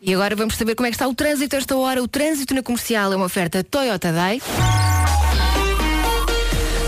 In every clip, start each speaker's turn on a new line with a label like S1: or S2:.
S1: E agora vamos saber como é que está o trânsito a esta hora. O trânsito na comercial é uma oferta Toyota Day.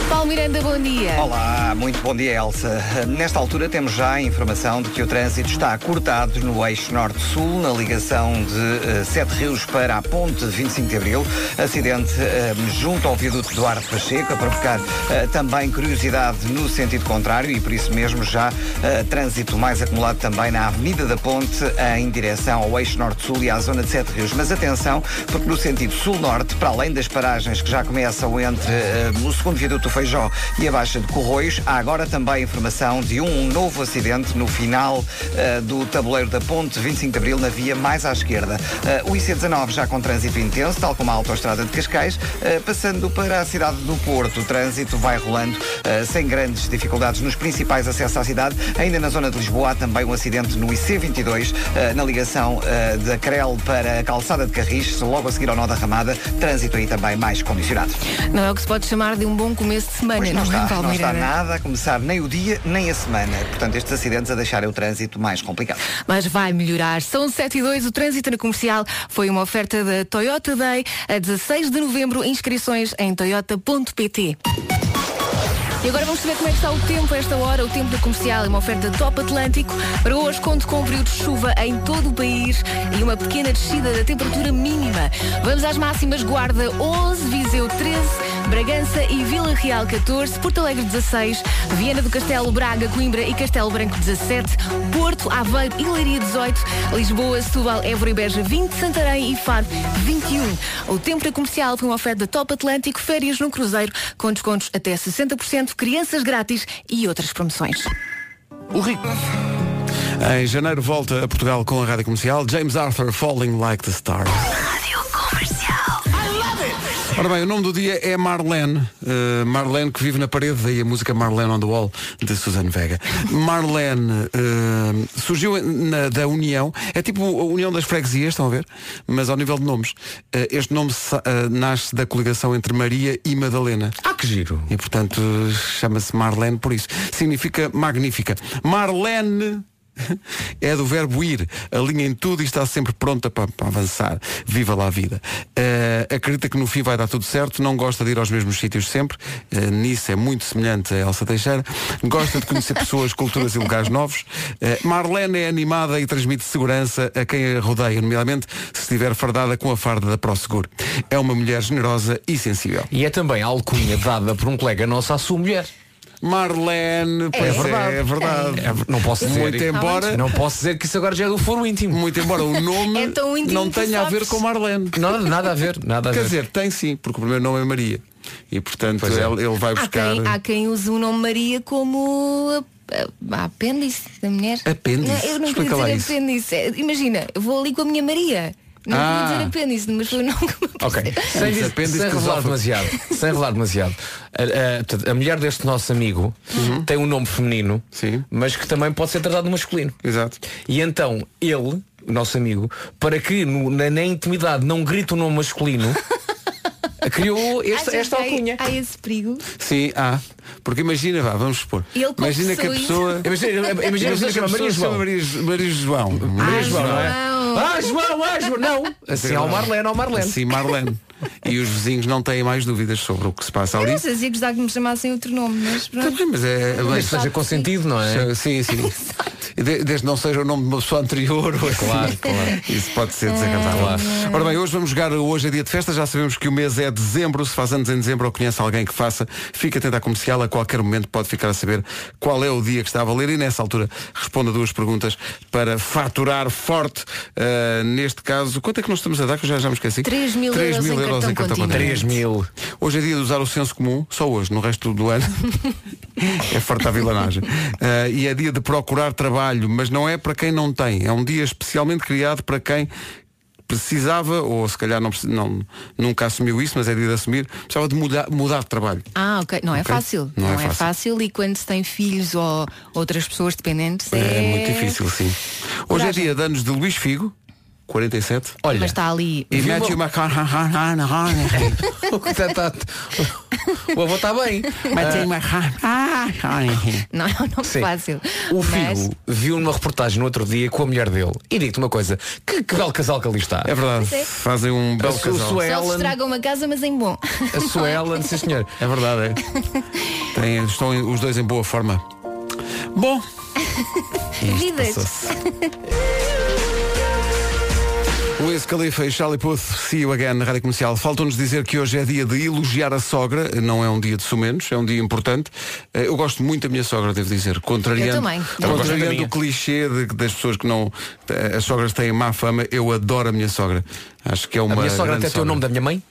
S1: Paulo Miranda, bom dia.
S2: Olá, muito bom dia, Elsa. Nesta altura temos já a informação de que o trânsito está cortado no eixo norte-sul, na ligação de eh, Sete Rios para a ponte 25 de Abril. Acidente eh, junto ao viaduto Duarte Pacheco, a provocar eh, também curiosidade no sentido contrário e por isso mesmo já eh, trânsito mais acumulado também na Avenida da Ponte eh, em direção ao eixo norte-sul e à zona de Sete Rios. Mas atenção, porque no sentido sul-norte, para além das paragens que já começam entre eh, o segundo viaduto do Feijó e a Baixa de Corroios, há agora também informação de um novo acidente no final eh, do tabuleiro da Ponte 25 de Abril, na via mais à esquerda. Eh, o IC19 já com trânsito intenso, tal como a autoestrada de Cascais, eh, passando para a cidade do Porto. O trânsito vai rolando eh, sem grandes dificuldades nos principais acessos à cidade. Ainda na zona de Lisboa há também um acidente no IC22, eh, na ligação eh, da Crel para a calçada de Carris, logo a seguir ao nó da Ramada. Trânsito aí também mais condicionado.
S1: Não é o que se pode chamar de um bom começo de semana,
S2: Pois não,
S1: é,
S2: está,
S1: Paulo
S2: não está
S1: Miranda?
S2: nada a começar nem o dia nem a semana. Portanto, estes acidentes a deixarem o trânsito mais complicado.
S1: Mas vai melhorar. São 7 e 2, o trânsito na comercial foi uma oferta da Toyota Day a 16 de novembro. Inscrições em toyota.pt. E agora vamos saber como é que está o tempo a esta hora. O tempo da comercial é uma oferta Top Atlântico. Para hoje, conto com um período de chuva em todo o país e uma pequena descida da temperatura mínima. Vamos às máximas. Guarda 11, Viseu 13, Bragança e Vila Real 14, Porto Alegre 16, Viana do Castelo, Braga, Coimbra e Castelo Branco 17, Porto, Aveiro e Leiria 18, Lisboa, Setúbal, Évora e Beja 20, Santarém e Faro 21. O tempo da comercial foi uma oferta Top Atlântico, férias no cruzeiro, com descontos até 60%, crianças grátis e outras promoções.
S3: O rico. Em janeiro volta a Portugal com a rádio comercial James Arthur Falling Like the Stars. Ora bem, o nome do dia é Marlene. Eh, Marlene que vive na parede, daí a música Marlene on the Wall de Suzanne Vega. Marlene eh, surgiu na- da União, é tipo a União das Freguesias, estão a ver? Mas ao nível de nomes. Eh, este nome sa- eh, nasce da coligação entre Maria e Madalena.
S4: Ah, que giro.
S3: E portanto chama-se Marlene por isso. Significa magnífica. Marlene é do verbo ir, alinha em tudo e está sempre pronta para, para avançar. Viva lá a vida. Eh, acredita que no fim vai dar tudo certo, não gosta de ir aos mesmos sítios sempre, Eh, nisso é muito semelhante a Elsa Teixeira, gosta de conhecer pessoas, culturas e lugares novos. Eh, Marlene é animada e transmite segurança a quem a rodeia, nomeadamente se estiver fardada com a farda da ProSeguro. É uma mulher generosa e sensível.
S4: E é também a alcunha dada por um colega nosso à sua mulher.
S3: Marlene, pois é,
S4: verdade.
S3: é verdade.
S4: É, não posso dizer.
S3: Muito embora,
S4: Não posso dizer que isso agora já é do foro íntimo.
S3: muito embora o nome
S1: É tão íntimo
S3: não
S1: que
S3: tenha a ver
S1: sabes.
S3: com Marlene.
S4: Nada, nada a ver, nada a
S3: Quer
S4: ver.
S3: dizer, tem sim, porque o primeiro nome é Maria. E portanto
S4: é. Pois é.
S3: ele, ele vai
S1: Há
S3: buscar.
S1: quem, há quem use o nome Maria como ah, ah, apêndice da mulher.
S3: Apêndice?
S1: Não, eu não
S3: Explica lá
S1: queria
S3: isso.
S1: dizer apêndice. É, Imagina, eu vou ali com a minha Maria. Não
S3: Ah.
S1: queria dizer apêndice, mas foi o nome que me
S4: Ok, sem,
S1: apareceu.
S3: Isso
S4: diz-
S3: depende
S4: sem
S3: de que
S4: revelar
S3: esófago.
S4: demasiado. Sem revelar demasiado. A, a- portanto, a mulher deste nosso amigo tem um nome feminino,
S3: Uhum. Sim.
S4: mas que também pode ser tratado de masculino.
S3: Exato.
S4: E então ele, o nosso amigo, para que no- na, na intimidade não grite o nome masculino, criou esta,
S1: Achas
S4: esta
S1: que há-
S4: alcunha.
S1: Há esse perigo.
S3: Sim, há. Porque imagina, vá, vamos supor.
S1: Ele com
S3: Imagina que a
S1: pessoas.
S3: pessoa.
S4: Imagina, imagina
S3: Imagina
S4: se
S3: que a
S4: chama Maria
S3: pessoa se chama
S4: João.
S3: Maria, Maria João.
S4: Maria
S3: Maria
S4: João, não é?
S1: João.
S4: Ah, João, ah, João, não. Assim, ao Marlene, ao
S1: é?
S4: Marlene.
S3: Sim, Marlene. E os vizinhos não têm mais dúvidas sobre o que se passa
S1: Eu
S3: ali.
S1: não sei se ia gostar que me chamassem outro nome, mas pronto.
S3: Também, mas é.
S4: Mas
S3: mas-
S4: seja consentido, não é?
S3: Sim, sim. De- Desde que não seja o nome de uma pessoa anterior. ou assim.
S4: Claro, claro.
S3: Isso pode ser desagradável. Ora bem, hoje vamos jogar Hoje é dia de festa. Já sabemos que o mês é dezembro. Se faz anos em dezembro ou conhece alguém que faça, fica atento à comercial. A qualquer momento pode ficar a saber qual é o dia que está a valer. E nessa altura responda duas perguntas para faturar forte. Ah, neste caso, quanto é que nós estamos a dar? Que eu já, já me esqueci.
S1: 3 mil
S3: Três
S1: euros em cartão continente.
S4: 3 mil.
S3: Hoje é dia de usar o senso comum, só hoje, no resto do ano. é farta a vilanagem. Ah, e é dia de procurar trabalho, mas não é para quem não tem. É um dia especialmente criado para quem precisava, ou se calhar não, precis- não- nunca assumiu isso, mas é dia de assumir, precisava de mudar, mudar de trabalho.
S1: Ah, ok. Não é
S3: Ok.
S1: fácil.
S3: Não
S1: Não,
S3: é
S1: é,
S3: fácil.
S1: fácil. E quando se tem filhos ou outras pessoas dependentes é,
S3: É muito difícil, sim. Hoje é
S1: Coragem.
S3: dia de anos de Luís Figo, 47.
S4: Olha,
S1: Mas tá. está ali.
S3: E Matthew McConaughey.
S4: O que tá- tá- O avô está bem.
S3: Mas tem uma ra- Ah, ai.
S1: Não é um nome
S4: Sim.
S1: fácil.
S4: O filho
S1: mas-
S4: viu numa reportagem no outro dia com a mulher dele e digo-te uma coisa, que, que belo casal que ali está.
S3: É verdade.
S1: Pois é.
S3: Fazem um belo
S4: A sua-
S3: casal.
S4: sua
S1: Só eles
S4: Ellen,
S1: estragam uma casa, mas em bom.
S4: a sua Ellen, sim senhor.
S3: É verdade, é. Tem- estão em- os dois em boa forma. Bom,
S1: Vidas.
S3: Luís Califa e Charlie Puth, see you again na Rádio Comercial. Faltam-nos dizer que hoje é dia de elogiar a sogra, não é um dia de sumenos, é um dia importante. Eh, Eu gosto muito da minha sogra, devo dizer, contrariando,
S1: Eu também.
S4: Eu gosto da
S3: contrariando
S4: minha.
S3: o clichê de, que das pessoas que não. eh, As sogras têm má fama, eu adoro a minha sogra. Acho que é uma.
S4: A minha sogra
S3: grande
S4: até tem o nome da minha mãe.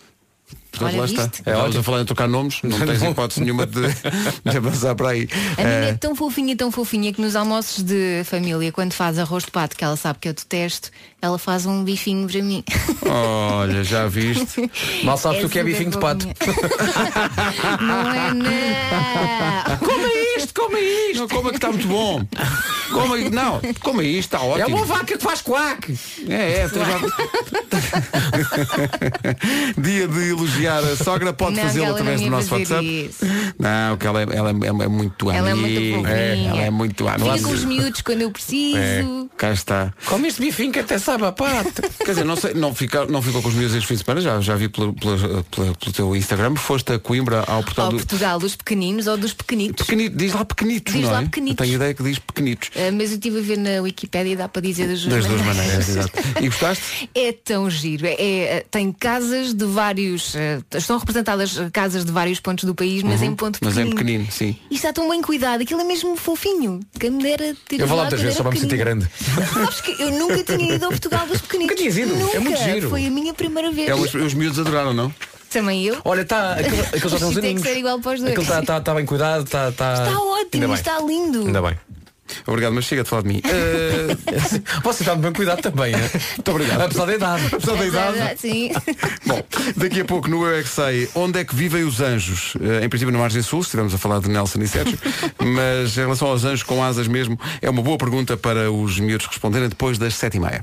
S3: Portanto,
S1: Olha,
S3: lá está.
S1: viste?
S3: É, Estamos a falar em trocar nomes, não tens
S4: Não.
S3: hipótese nenhuma de, de avançar para aí.
S1: A minha é
S3: Eh,
S1: tão fofinha, tão fofinha que nos almoços de família, quando faz arroz de pato, que ela sabe que eu detesto, ela faz um bifinho para mim.
S3: Olha, já viste?
S4: Mal sabes
S1: É
S4: tu o que é
S1: super
S4: bifinho de pato.
S1: fofinha. não é não.
S3: Coma isto, coma isto. Não, coma que está muito bom. Coma, não, coma isto, está
S4: É
S3: ótimo.
S4: uma vaca que faz quack.
S3: É, é, tu já... Dia de elogiar a sogra, pode
S1: Não,
S3: fazê-lo
S1: ela
S3: através
S1: não ia
S3: do nosso
S1: fazer
S3: WhatsApp.
S1: isso.
S3: Não, que ela é, ela é- é muito amiga.
S1: Ela é muito fofinha.
S3: ela é muito amiga. É,
S1: Fica com os miúdos quando eu preciso.
S3: Cá está.
S4: Come este bifinho que até sabe a pato.
S3: Quer dizer, não, sei, não, fica, não ficou com os meus este fim de semana, já, já vi pelo, pela- pela- pelo teu Instagram, foste a Coimbra ao portal
S1: Ou
S3: do.
S1: Portugal, dos pequeninos ou dos pequenitos.
S3: Pequenito, diz lá pequenitos,
S1: Diz
S3: não
S1: lá
S3: é?
S1: pequenitos.
S3: Eu tenho ideia que diz pequenitos.
S1: Ah, mas eu estive a ver na Wikipédia e dá para dizer das duas
S3: Das duas
S1: maneiras.
S3: maneiras, exato. E gostaste?
S1: É tão giro. É, é, tem casas de vários. eh, estão representadas eh, casas de vários pontos do país, mas em ponto
S3: Mas
S1: pequenino.
S3: em pequenino, sim.
S1: E está tão bem cuidado. Aquilo é mesmo fofinho. Quem me dera ter
S4: Eu vou lá
S1: ido
S4: muitas vezes só
S1: quando era
S4: para me sentir grande.
S1: pequenino. Sabes que eu nunca tinha ido ao Portugal dos pequeninos.
S4: Nunca tinhas ido? É
S1: Nunca.
S4: muito giro.
S1: Foi a minha primeira vez.
S3: É, os, os miúdos adoraram, não?
S1: Também eu.
S4: Olha, tá, está aqueles
S1: Isto tem que
S4: hotelzinhos.
S1: ser igual para os dois.
S4: Aquilo está tá, tá bem cuidado, está. Tá...
S1: Está
S4: Ainda
S1: ótimo,
S4: bem.
S1: está lindo.
S4: Ainda bem.
S3: Obrigado, mas chega de falar de mim.
S4: Eh, Você está bem cuidado também, né? Muito
S3: obrigado.
S4: Apesar da idade.
S3: Apesar da idade.
S1: É Sim.
S3: Bom, daqui a pouco no Eu é que sei, onde é que vivem os anjos? Eh, em princípio na margem sul, se estivermos a falar de Nelson e Sérgio, mas em relação aos anjos com asas mesmo, é uma boa pergunta para os miúdos responderem depois das sete e meia.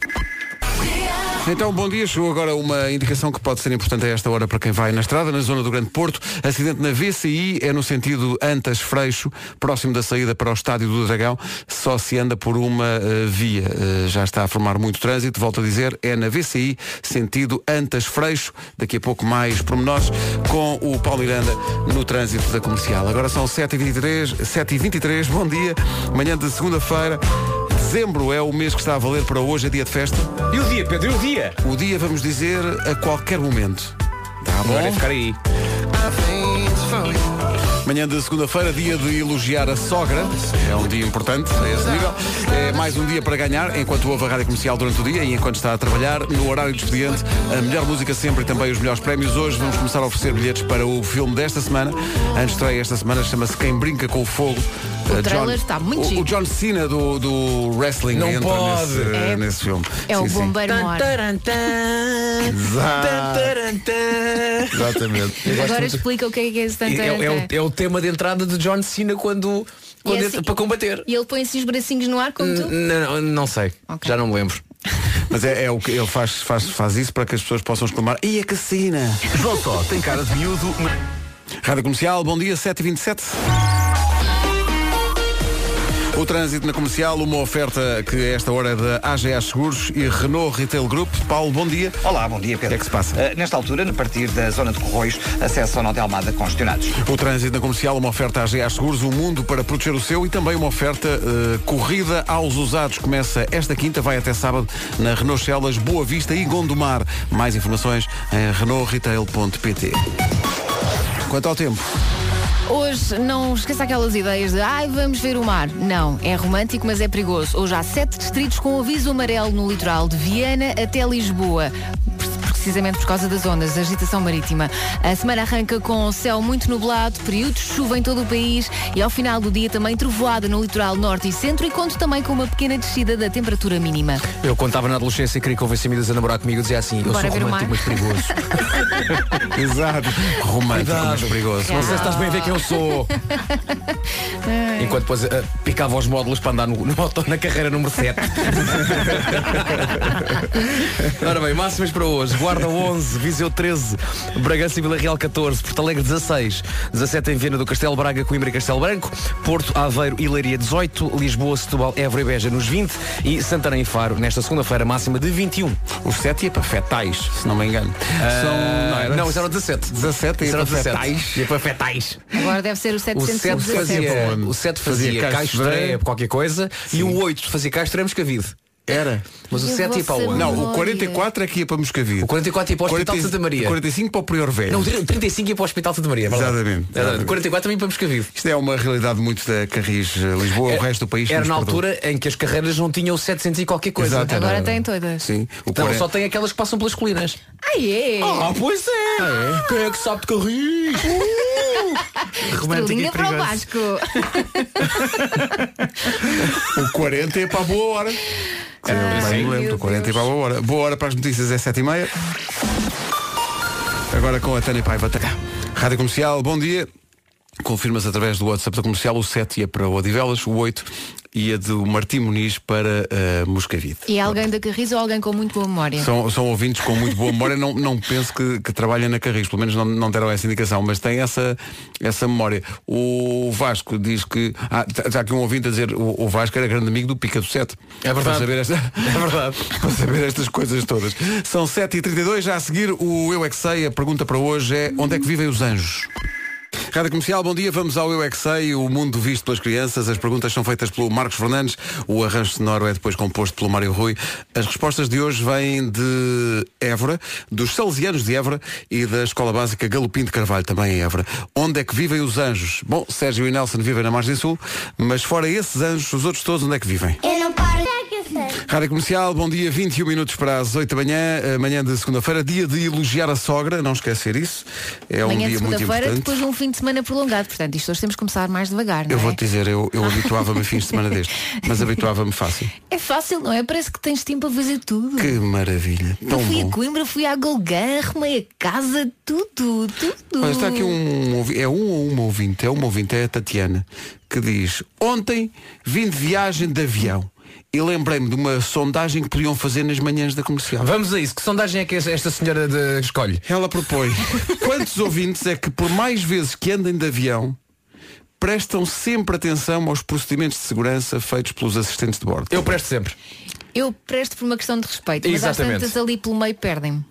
S3: Então, bom dia. Chegou agora uma indicação que pode ser importante a esta hora para quem vai na estrada, na zona do Grande Porto. Acidente na VCI é no sentido Antas-Freixo, próximo da saída para o Estádio do Dragão. Só se anda por uma eh, via. Eh, já está a formar muito trânsito. Volto a dizer, é na VCI, sentido Antas-Freixo. Daqui a pouco mais pormenores com o Paulo Miranda no trânsito da comercial. Agora são 7h23. 7h23, bom dia. Manhã de segunda-feira. Dezembro é o mês que está a valer para hoje, é dia de festa.
S4: E o dia, Pedro? E o dia?
S3: O dia vamos dizer a qualquer momento. Tá
S4: Agora é ficar aí.
S3: Manhã de segunda-feira, dia de elogiar a sogra. É um dia importante a esse nível. É mais um dia para ganhar, enquanto ouve a rádio comercial durante o dia e enquanto está a trabalhar, no horário de expediente, a melhor música sempre e também os melhores prémios. Hoje vamos começar a oferecer bilhetes para o filme desta semana. A estreia esta semana chama-se Quem Brinca com o Fogo.
S1: O
S3: Uh,
S1: trailer está muito
S3: o- o,
S1: giro.
S3: John Cena do, do wrestling
S4: Não
S3: entra
S4: pode.
S3: Nesse,
S1: É.
S3: nesse filme.
S1: É o
S3: Sim, sim.
S1: bombeiro mor.
S3: Exato. Exatamente.
S1: Agora explica o que é que é esse
S4: É,
S1: tanto.
S4: é, é o, é o tema de entrada de John Cena quando, quando
S1: E assim-
S4: entra para combater.
S1: E ele põe assim os bracinhos no ar como
S4: N-
S1: tu.
S4: Não, não sei.
S1: Ok.
S4: Já não me lembro.
S3: Mas é, é o que ele faz, faz, faz isso para que as pessoas possam exclamar E a Cassina!
S5: João Só tem cara de miúdo, mas
S3: Rádio Comercial, bom dia, 7h27 o trânsito na comercial, uma oferta que a esta hora é da AGA Seguros e Renault Retail Group. Paulo, bom dia.
S2: Olá, bom dia, Pedro.
S3: O que é que se passa?
S2: Eh, nesta altura, a partir da zona de Corroios, acesso ao Nó de Almada congestionados.
S3: O trânsito na comercial, uma oferta à GA Seguros, o mundo para proteger o seu e também uma oferta eh, corrida aos usados. Começa esta quinta, vai até sábado na Renault Celas, Boa Vista e Gondomar. Mais informações em renaultretail.pt. Quanto ao tempo,
S1: Hoje não esqueça aquelas ideias de ai vamos ver o mar. Não, é romântico, mas é perigoso. Hoje há sete distritos com aviso amarelo no litoral de Viana até Lisboa. Precisamente por causa das ondas, da agitação marítima. A semana arranca com céu muito nublado, período de chuva em todo o país e ao final do dia também trovoada no litoral norte e centro e conto também com uma pequena descida da temperatura mínima.
S4: Eu quando estava na adolescência e queria convencer amigas a namorar comigo, eu dizia assim, eu
S1: Bora
S4: sou
S1: ver o
S4: romântico,
S1: mar.
S4: mas perigoso.
S3: Exato. Romântico, mas
S4: Cuidado.
S3: perigoso.
S4: Não sei se estás bem a ver quem eu sou. Enquanto depois eh, picava os módulos para andar no, no auto na carreira número 7. Ora bem, máximas para hoje. Guarda
S6: Guarda 11, Viseu 13, Bragança e Vila Real 14, Porto Alegre 16, 17 em Viana do Castelo, Braga, Coimbra e Castelo Branco, Porto, Aveiro e Leiria 18, Lisboa, Setúbal, Évora e Beja nos 20 e Santarém e Faro nesta segunda-feira máxima de 21.
S3: Os 7 ia para fetais, se não me engano. São,
S6: Ah, não, isso era o 17.
S3: 17 ia
S6: Isso era
S3: para
S6: o 17.
S3: fetais.
S6: E é para fetais.
S1: Agora deve ser o
S6: O 7 fazia,
S1: 717.
S6: o sete fazia
S3: Fazia
S6: Castro
S3: Castro-Bré,
S6: qualquer coisa e o 8 fazia Castro Moscavide.
S3: Era.
S6: Mas o
S1: Eu
S6: 7
S1: vou
S6: ia para o
S1: saber.
S6: Não,
S3: Não, o 44 é que ia para Moscavide.
S6: o 44 ia para o Hospital de Santa Maria.
S3: 45 para o Prior Velho.
S6: Não, o 35 ia para o Hospital de Santa Maria. é verdade.
S3: Exatamente,
S6: É verdade.
S3: exatamente.
S6: 44 também para Moscavide.
S3: Isto é uma realidade muito da Carris eh, Lisboa, o resto do país.
S6: Era
S3: nos
S6: na
S3: perdoa.
S6: altura em que as carreiras não tinham 700 e qualquer coisa.
S3: Exato, era-
S1: Agora tem todas.
S3: Sim. O
S6: Então
S3: 40
S6: só tem aquelas que passam pelas colinas.
S1: Ai, é.
S7: Oh,
S6: Ah, pois é!
S3: Ah,
S6: Quem é que sabe de carris?
S3: é?
S7: Romântico
S1: Estrelinha
S7: e
S1: para o
S7: perigoso.
S1: Vasco.
S3: O 40 é para a boa hora.
S1: Ai,
S3: bem me
S1: meu
S3: lembro, o 40 é
S1: Deus.
S3: para a boa hora. Boa hora para as notícias é 7h30. Agora com a Tânia Paiva. Tá. Rádio Comercial, bom dia. Confirmas através do WhatsApp da Comercial, o 7 ia para o Odivelas, o 8 ia do Martim Muniz para eh, Moscavide.
S1: E alguém da Carris ou alguém com muito boa memória?
S3: São, são ouvintes com muito boa memória, não, não penso que, que trabalhem na Carris, pelo menos não, não deram essa indicação, mas têm essa, essa memória. O Vasco diz que. Ah, está- está aqui um ouvinte a dizer o, o Vasco era grande amigo do Pica do Sete.
S6: É verdade.
S3: Para saber, esta-
S6: verdade.
S3: para saber estas coisas todas. São 7h32, já a seguir o Eu É Que Sei. A pergunta para hoje é onde é que vivem os anjos? Rádio Comercial, bom dia, vamos ao Eu É Que Sei, o mundo visto pelas crianças. As perguntas são feitas pelo Marcos Fernandes, o arranjo sonoro é depois composto pelo Mário Rui. As respostas de hoje vêm de Évora, dos Salesianos de Évora e da Escola Básica Galopim de Carvalho, também em Évora. Onde é que vivem os anjos? Bom, Sérgio e Nelson vivem na Margem Sul, mas fora esses anjos, os outros todos, onde é que vivem?
S5: Eu não paro. Será que eu sei?
S3: Rádio Comercial, bom dia, 21 minutos para as 8 da manhã, eh, manhã de segunda-feira, dia de elogiar a sogra, não esquecer isso. É um
S1: Amanhã de
S3: dia muito
S1: segunda-feira,
S3: importante.
S1: depois de um fim de semana prolongado. Portanto, isto hoje temos que começar mais devagar, não
S3: Eu
S1: é?
S3: vou-te dizer, eu, eu habituava-me a fins de semana deste, mas habituava-me fácil.
S1: É fácil, não é? Parece que tens tempo a fazer tudo.
S3: Que maravilha, tão
S1: Eu fui
S3: bom.
S1: a Coimbra, fui à Golgã, arrumei a casa, tudo, tudo.
S3: Olha, está aqui um ouvi- é um ou uma ouvinte, é uma ouvinte, é a Tatiana, que diz, ontem vim de viagem de avião e lembrei-me de uma sondagem que podiam fazer nas manhãs da comercial.
S6: Vamos a isso. Que sondagem é que esta senhora de- escolhe?
S3: Ela propõe quantos ouvintes é que por mais vezes que andem de avião prestam sempre atenção aos procedimentos de segurança feitos pelos assistentes de bordo.
S6: Eu presto sempre.
S1: Eu presto por uma questão de respeito, mas às
S6: Exatamente.
S1: tantas ali pelo meio perdem-me.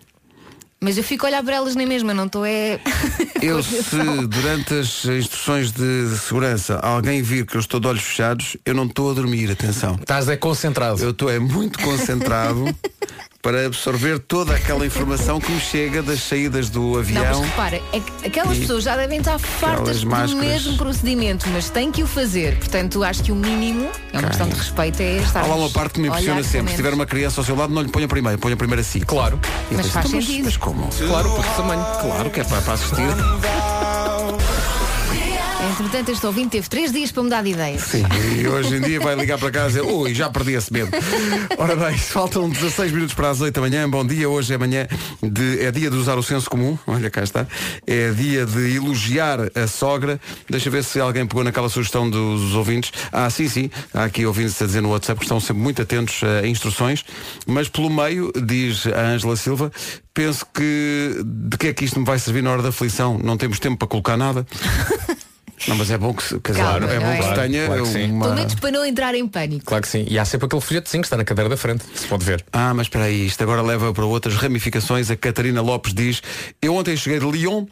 S1: Mas eu fico a olhar para elas nem mesmo, eu não estou é.
S3: Eu se durante as instruções de segurança alguém vir que eu estou de olhos fechados, eu não estou a dormir, atenção.
S6: Estás é concentrado.
S3: Eu estou é muito concentrado para absorver toda aquela informação que me chega das saídas do
S1: Não, mas
S3: avião.
S1: repara, é que aquelas
S3: E
S1: pessoas já devem estar fartas
S3: aquelas
S1: do
S3: máscaras.
S1: mesmo procedimento, mas têm que o fazer. Portanto, acho que o mínimo, é uma questão de respeito, é estar.
S3: Há lá uma parte que me impressiona sempre. Se tiver uma criança ao seu lado, não lhe ponha primeiro, ponha primeiro assim.
S6: Claro.
S3: E eu
S1: Mas faz
S3: "Então,
S1: sentido."
S3: Mas como?
S6: Claro, porque tamanho.
S3: Claro que é para, para assistir.
S1: Entretanto, este ouvinte teve três dias para mudar de ideias.
S3: Sim, e hoje em dia vai ligar para casa e dizer, ui, já perdi esse medo. Ora bem, faltam 16 minutos para as 8 da manhã. Bom dia, hoje é manhã de, é dia de usar o senso comum. Olha, cá está. É dia de elogiar a sogra. Deixa eu ver se alguém pegou naquela sugestão dos ouvintes. Ah, sim, sim. Há aqui ouvintes a dizer no WhatsApp que estão sempre muito atentos a instruções. Mas pelo meio, diz a Ângela Silva, penso que de que é que isto me vai servir na hora da aflição? Não temos tempo para colocar nada. Não, mas é bom que, se- quer dizer,
S1: Calma,
S3: é bom que
S1: não
S3: se
S1: é?
S3: tenha
S6: Claro que sim.
S3: uma...
S1: Pelo menos para não entrar em pânico.
S6: Claro que sim. E há sempre aquele folhetozinho que está na cadeira da frente. Se pode ver.
S3: Ah, mas espera aí, isto agora leva para outras ramificações. A Catarina Lopes diz, eu ontem cheguei de Lyon,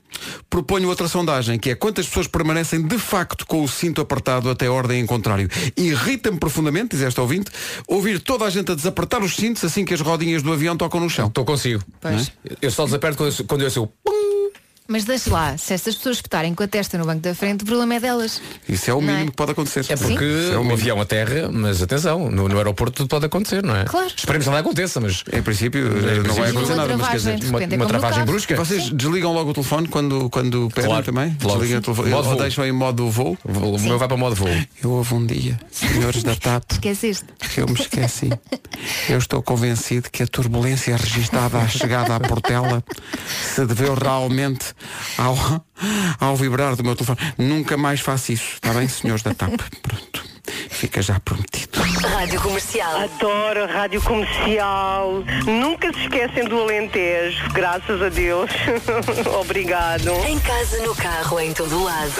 S3: proponho outra sondagem, que é quantas pessoas permanecem de facto com o cinto apertado até ordem em contrário. Irrita-me profundamente, diz esta ouvinte, ouvir toda a gente a desapertar os cintos assim que as rodinhas do avião tocam no chão.
S6: Estou consigo.
S1: Pois.
S3: é?
S6: Eu só desaperto quando eu, quando eu sou.
S1: Mas deixa lá, se essas pessoas espetarem com a testa no banco da frente, o problema é delas.
S3: Isso é o
S1: Não é?
S3: mínimo que pode acontecer.
S6: É porque
S3: Isso é o
S6: um
S3: mínimo.
S6: avião a terra, mas atenção, no, no aeroporto tudo pode acontecer, não é?
S1: Claro.
S6: Esperemos que nada aconteça, mas
S3: Em princípio, eh, não vai
S6: princípio,
S3: acontecer
S1: uma
S3: nada, mas quer dizer...
S1: travagem. De
S6: uma,
S1: repente é como
S6: uma
S1: no
S6: travagem
S1: carro.
S6: brusca.
S3: Vocês desligam logo o telefone quando, quando pedem
S6: Claro,
S3: também?
S6: logo.
S3: Desligam o telefone.
S6: Modo
S3: Ou
S6: voo.
S3: deixam em modo voo?
S6: Vou- O meu vai para modo voo.
S3: Eu houve um dia, senhores da TAP,
S1: Esqueceste?
S3: que eu me esqueci. Eu estou convencido que a turbulência registada à chegada à Portela se deveu realmente ao, ao vibrar do meu telefone. Nunca mais faço isso, está bem, senhores da TAP? Pronto, fica já prometido.
S8: Rádio Comercial. Adoro a Rádio Comercial. Nunca se esquecem do Alentejo, graças a Deus. Obrigado.
S9: Em casa, no carro, em todo lado.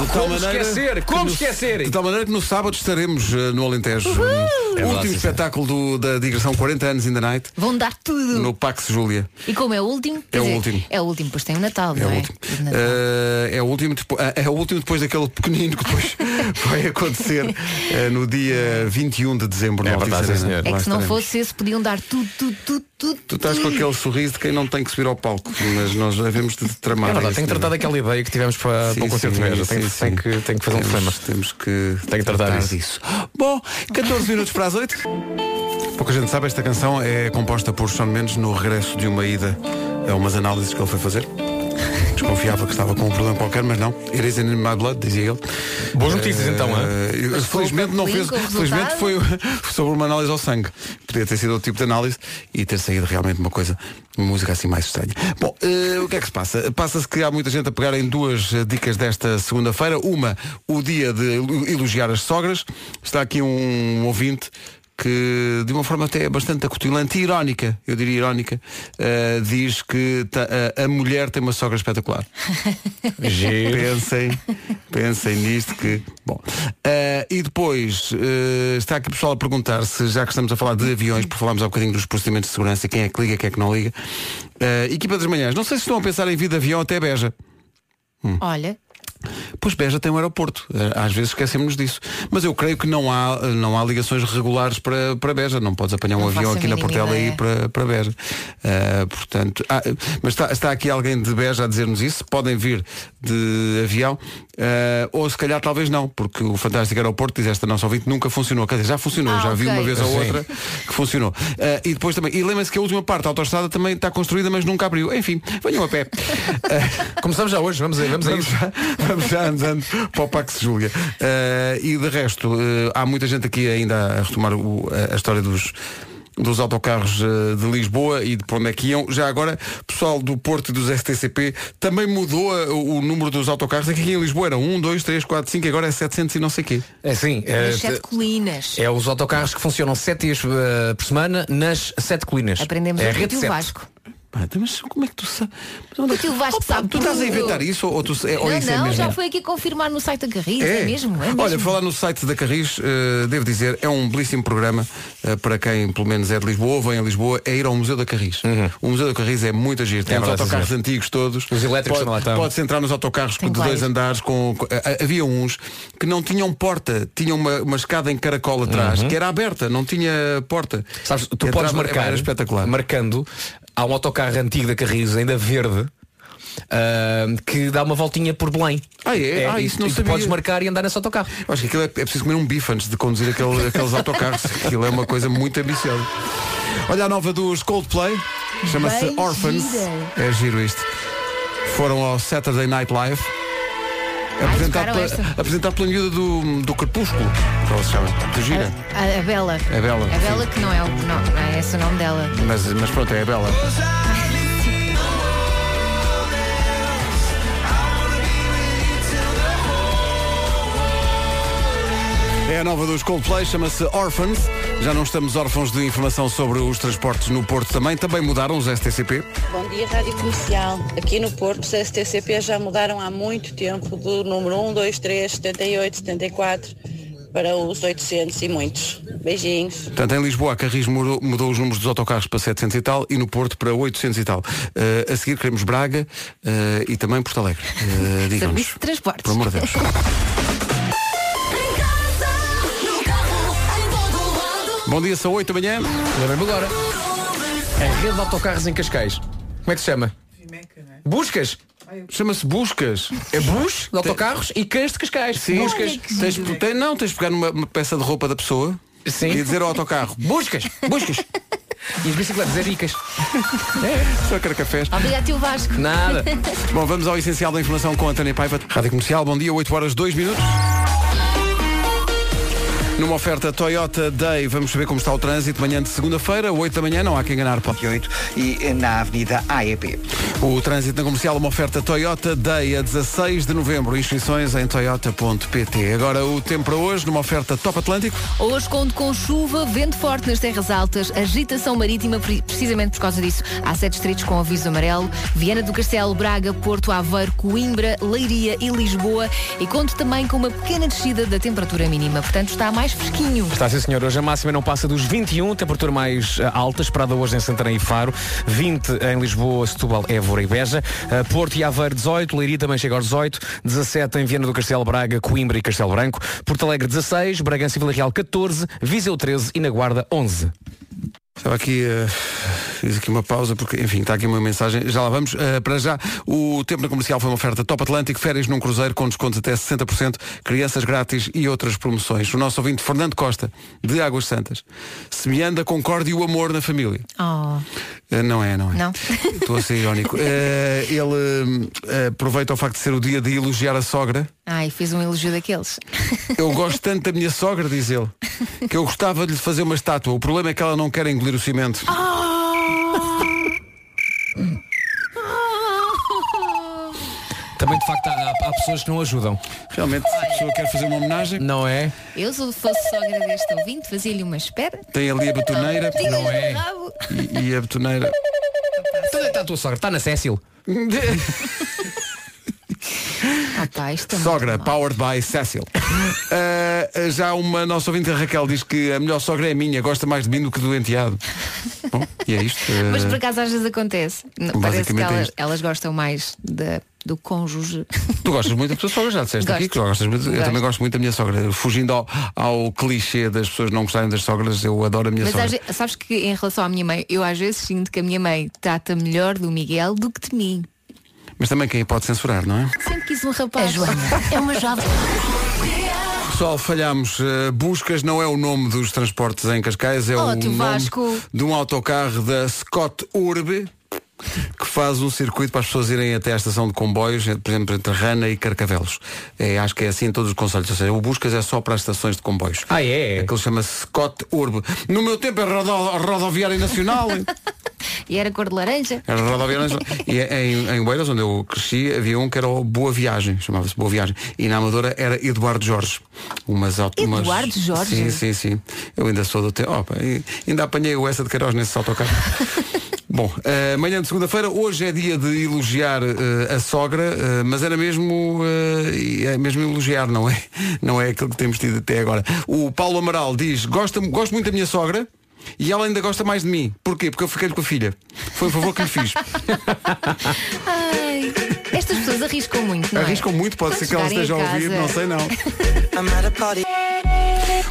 S3: De tal maneira que no-
S4: É
S3: De tal maneira que no sábado estaremos eh, no Alentejo.
S1: Uhul! É
S3: o
S1: verdade,
S3: último
S1: sim,
S3: espetáculo do- da digressão 40 anos in the night.
S1: Vão dar tudo.
S3: No Pax Júlia.
S1: E como é o último? quer
S3: o último.
S1: É o último, depois tem o Natal,
S3: É
S1: não
S3: o
S1: é?
S3: último. Eh, é, o último depo- ah, é o último depois daquele pequenino que depois vai acontecer eh, no dia 21 de dezembro. É
S4: verdade, sim, senhor.
S1: É que se não fosse esse, podiam dar tudo, tudo, tudo, tudo.
S3: Tu estás com aquele sorriso de quem não tem que subir ao palco, mas nós havemos de tramar.
S4: É verdade,
S3: isso,
S4: tenho que tratar
S3: não é?
S4: daquela ideia que tivemos para,
S3: Sim,
S4: para o concerto
S3: sim,
S4: de Gaja.
S3: sim,
S4: Tenho,
S3: sim.
S4: tenho que, tenho que fazer um
S3: Temos-
S4: problema.
S3: Temos que,
S4: tenho que tratar
S3: tratar
S4: disso.
S3: disso. Bom, 14 minutos para as 8. Pouca gente sabe, esta canção é composta por Sean Mendes no regresso de uma ida a umas análises que ele foi fazer. Desconfiava que estava com um problema qualquer, mas não. It is in my blood, dizia ele.
S4: Boas notícias,
S3: Eh,
S4: então, hã?
S3: eu-
S4: Mas
S3: Felizmente não
S4: com o link,
S3: fez.
S4: com o
S3: Felizmente foi sobre uma análise ao sangue. Podia ter sido outro tipo de análise e ter saído realmente uma coisa, uma música assim mais estranha. Bom, eh, o que é que se passa? Passa-se que há muita gente a pegar em duas eh, dicas desta segunda-feira. Uma, o dia de elu- elogiar as sogras. Está aqui um ouvinte que de uma forma até bastante acutilante e irónica, eu diria irónica, eh, diz que ta- a- a mulher tem uma sogra espetacular.
S4: Giro.
S3: Pensem, pensem nisto que. Bom. Ah, e depois eh, está aqui o pessoal a perguntar se, já que estamos a falar de aviões, porque falámos há bocadinho dos procedimentos de segurança, quem é que liga, quem é que não liga. Ah, equipa das manhãs, não sei se estão a pensar em vir de avião até Beja. Hum.
S1: Olha,
S3: Pois Beja tem um aeroporto. Ah, Às vezes esquecemos disso. Mas eu creio que não há, ah, não há ligações regulares para, para Beja. Não podes apanhar um
S1: Não
S3: avião
S1: faço a
S3: aqui na
S1: mínima
S3: Portela e
S1: ideia.
S3: ir para, para Beja. Ah, portanto, ah, mas está, está aqui alguém de Beja a dizer-nos isso. Podem vir de avião. Ah, ou se calhar talvez não, porque o fantástico aeroporto, diz esta nossa ouvinte, nunca funcionou. Quer dizer, já funcionou,
S1: Ah,
S3: já vi
S1: ok.
S3: uma vez ou
S4: Sim.
S3: outra que funcionou. Ah, e depois também, e lembrem-se que a última parte, a autoestrada, também está construída, mas nunca abriu. Enfim, venham a pé. Ah,
S4: Começamos já hoje, vamos aí, vamos aí.
S3: Vamos já, vamos já andando para o Pax Júlia. Eh, e de resto, eh, há muita gente aqui ainda a retomar o- a, a história dos dos autocarros eh, de Lisboa e de para onde é que iam. Já agora, pessoal do Porto e dos STCP também mudou eh, o, o número dos autocarros. É que aqui em Lisboa era 1, 2, 3, 4, 5, agora é 700 e não sei quê.
S4: É sim.
S1: é,
S4: É,
S1: sete colinas.
S4: é os autocarros que funcionam sete dias eh, por semana nas sete colinas.
S1: Aprendemos
S4: é
S1: a
S4: a
S1: ouvir
S4: rede
S1: o
S4: sete.
S1: Vasco.
S3: Pá, então, Mas como é que tu sabes?
S1: Porque o Vasco sabe
S3: Tu estás a
S1: tudo.
S3: inventar isso ou, ou tu, é, ou
S1: não,
S3: isso é
S1: não,
S3: mesmo?
S1: já foi aqui confirmar no site da Carris, é, mesmo, é mesmo.
S3: Olha, falar no site da Carris, eh, devo dizer, é um belíssimo programa eh, para quem pelo menos é de Lisboa ou vem a Lisboa, é ir ao Museu da Carris. O Museu da Carris é muito giro. Tem os
S4: Uhum. verdade,
S3: autocarros
S4: sim,
S3: antigos todos.
S4: Os elétricos é
S3: Pode-
S4: também lá estão.
S3: Pode-se entrar nos autocarros
S1: Tem
S3: de dois
S1: vários.
S3: andares. Com, com- a- havia uns que não tinham porta, tinham uma, uma escada em caracol atrás, que era aberta, não tinha porta.
S4: Uhum. Sabes, tu
S3: Entrava-
S4: podes marcar,
S3: Era espetacular.
S4: marcando, há um autocarro antigo da Carris, ainda verde, ah, que dá uma voltinha por Belém.
S3: Ah, é? Ah,
S4: e-
S3: isso não
S4: e tu
S3: sabia.
S4: podes marcar e andar nesse autocarro.
S3: Eu Acho que aquilo é, é preciso comer um bife antes de conduzir aquele- aqueles autocarros. Aquilo é uma coisa muito ambiciosa. Olha a nova dos Coldplay, chama-se
S1: Bem
S3: Orphans.
S1: gira.
S3: É giro isto. Foram ao Saturday Night Live. Apresentado
S1: tocaram
S3: pela,
S1: esta.
S3: apresentado pela miúda do, do Crepúsculo. Como se chama? né? Que gira.
S1: A, a Bela.
S3: É Bela,
S1: A Bela que não é, o, não, não é esse o nome dela.
S3: Mas, mas pronto, é a Bela. É a nova dos Coldplay, chama-se Orphans. Já não estamos órfãos de informação sobre os transportes no Porto também. Também mudaram os STCP.
S10: Bom dia, Rádio Comercial. Aqui no Porto, os STCP já mudaram há muito tempo do número 1, 2, 3, 78, 74 para os 800 e muitos. Beijinhos.
S3: Portanto, em Lisboa, a Carris mudou, mudou os números dos autocarros para 700 e tal e no Porto para 800 e tal. Eh, a seguir queremos Braga eh, e também Porto Alegre. Eh, Digam-nos.
S1: Serviço de transportes.
S3: Por amor de Deus. Bom dia, são 8 da manhã.
S4: Lembra-me agora. A É rede de autocarros em Cascais. Como é que se chama? Buscas?
S3: Chama-se Buscas.
S4: É bus de autocarros e cães de Cascais. Buscas.
S3: Tens, tem- não, tens de pegar numa uma peça de roupa da pessoa
S4: Sim.
S3: e dizer ao autocarro,
S4: Buscas, buscas. E as bicicletas é ricas.
S3: só quero cafés.
S1: Obrigado, tio Vasco.
S4: Nada.
S3: Bom, vamos ao essencial da informação com a Tânia Paiva. Rádio Comercial, bom dia, 8 horas 2 minutos. Numa oferta Toyota Day, vamos saber como está o trânsito manhã de segunda-feira, 8 da manhã, não há quem enganar, pode.
S2: 8 e na Avenida AEP.
S3: O trânsito na comercial, uma oferta Toyota Day a 16 de novembro. Inscrições em toyota.pt. Agora o tempo para hoje, numa oferta Top Atlântico.
S1: Hoje conto com chuva, vento forte nas terras altas, agitação marítima, pre- precisamente por causa disso. Há sete distritos com aviso amarelo, Viana do Castelo, Braga, Porto, Aveiro, Coimbra, Leiria e Lisboa. E conto também com uma pequena descida da temperatura mínima, portanto está mais fresquinho.
S4: Está sim, senhor. Hoje a máxima não passa dos 21, temperatura mais eh, alta, esperada hoje em Santarém e Faro, 20 em Lisboa, Setúbal, Évora e Beja, Eh, Porto e Aveiro 18, Leiria também chega aos 18, 17 em Viana do Castelo, Braga, Coimbra e Castelo Branco, Porto Alegre 16, Bragança e Vila Real 14, Viseu 13 e na Guarda 11.
S3: Estava aqui, eh, fiz aqui uma pausa, porque, enfim, está aqui uma mensagem. Já lá vamos. Eh, para já, o tempo na comercial foi uma oferta Top Atlântico, férias num cruzeiro com descontos até 60%, crianças grátis e outras promoções. O nosso ouvinte Fernando Costa, de Águas Santas, semeando a concórdia e o amor na família.
S1: Oh,
S3: Eh, Não é, não é?
S1: não?
S3: Estou a ser irónico. Eh, ele hum, eh, aproveita o facto de ser o dia de elogiar a sogra.
S1: Ai, fiz um elogio daqueles.
S3: Eu gosto tanto da minha sogra, diz ele, que eu gostava de lhe fazer uma estátua. O problema é que ela não quer engolir o cimento.
S1: Ah!
S4: Também, de facto, há, há pessoas que não ajudam.
S3: Realmente, se a pessoa quer fazer uma homenagem,
S4: Não é?
S1: Eu se fosse sogra deste ouvinte, fazia-lhe uma espera.
S3: tem ali a betoneira
S1: Não
S4: é.
S3: e, e a betoneira.
S4: Então, onde está a tua sogra? Está na Cécil.
S1: Ah, pá, isto é muito
S3: Sogra,
S1: mal.
S3: powered by Cecil. Eh, já uma nossa ouvinte, a Raquel, diz que a melhor sogra é a minha, gosta mais de mim do que do enteado. Bom, e é isto. eh,
S1: Mas por acaso às vezes acontece. N- Parece que
S3: Basicamente é
S1: elas,
S3: isto.
S1: elas gostam mais da- do cônjuge.
S3: Tu gostas muito da tua sogra, já disseste aqui
S1: Gosto.
S3: que tu gostas muito. Eu
S1: Gosto.
S3: também gosto muito da minha sogra. Fugindo ao, ao clichê das pessoas não gostarem das sogras, eu adoro a minha
S1: Mas
S3: sogra.
S1: às ve- sabes que em relação à minha mãe, eu às vezes sinto que a minha mãe trata melhor do Miguel do que de mim.
S3: Mas também quem pode censurar, não é?
S1: Sempre quis um rapaz.
S9: É uma jovem.
S3: Pessoal, falhámos. Eh, Buscas não é o nome dos transportes em Cascais, é
S1: Oh,
S3: o
S1: tio
S3: nome
S1: Vasco.
S3: de um autocarro da Scott Urbe que faz um circuito para as pessoas irem até à estação de comboios, eh, por exemplo, entre Rana e Carcavelos. É, acho que é assim em todos os conselhos. Ou seja, o Buscas é só para as estações de comboios.
S4: Ah, é?
S3: Aquele chama-se Scott Urbe. No meu tempo é rodo- rodoviária nacional.
S1: E era cor de laranja.
S3: Era rodoviária nacional. E é em, em Oeiras, onde eu cresci, havia um que era o Boa Viagem, chamava-se Boa Viagem. E na Amadora era Eduardo Jorge. Umas auto- umas-
S1: Eduardo Jorge?
S3: Sim, sim, sim. Eu ainda sou do tempo. Opa, e- ainda apanhei o essa de Queiroz nesse autocarro. Bom, eh, manhã de segunda-feira, hoje é dia de elogiar eh, a sogra, eh, mas era mesmo, eh, e é mesmo elogiar, não é? Não é aquilo que temos tido até agora. O Paulo Amaral diz, gosto, gosto muito da minha sogra e ela ainda gosta mais de mim. Porquê? Porque eu fiquei com a filha. Foi um favor que lhe fiz.
S1: Ai, estas pessoas arriscam muito, não é?
S3: Arriscam muito, pode
S1: Quando
S3: ser que ela
S1: chegarem
S3: esteja a
S1: casa-
S3: ouvir, não sei não.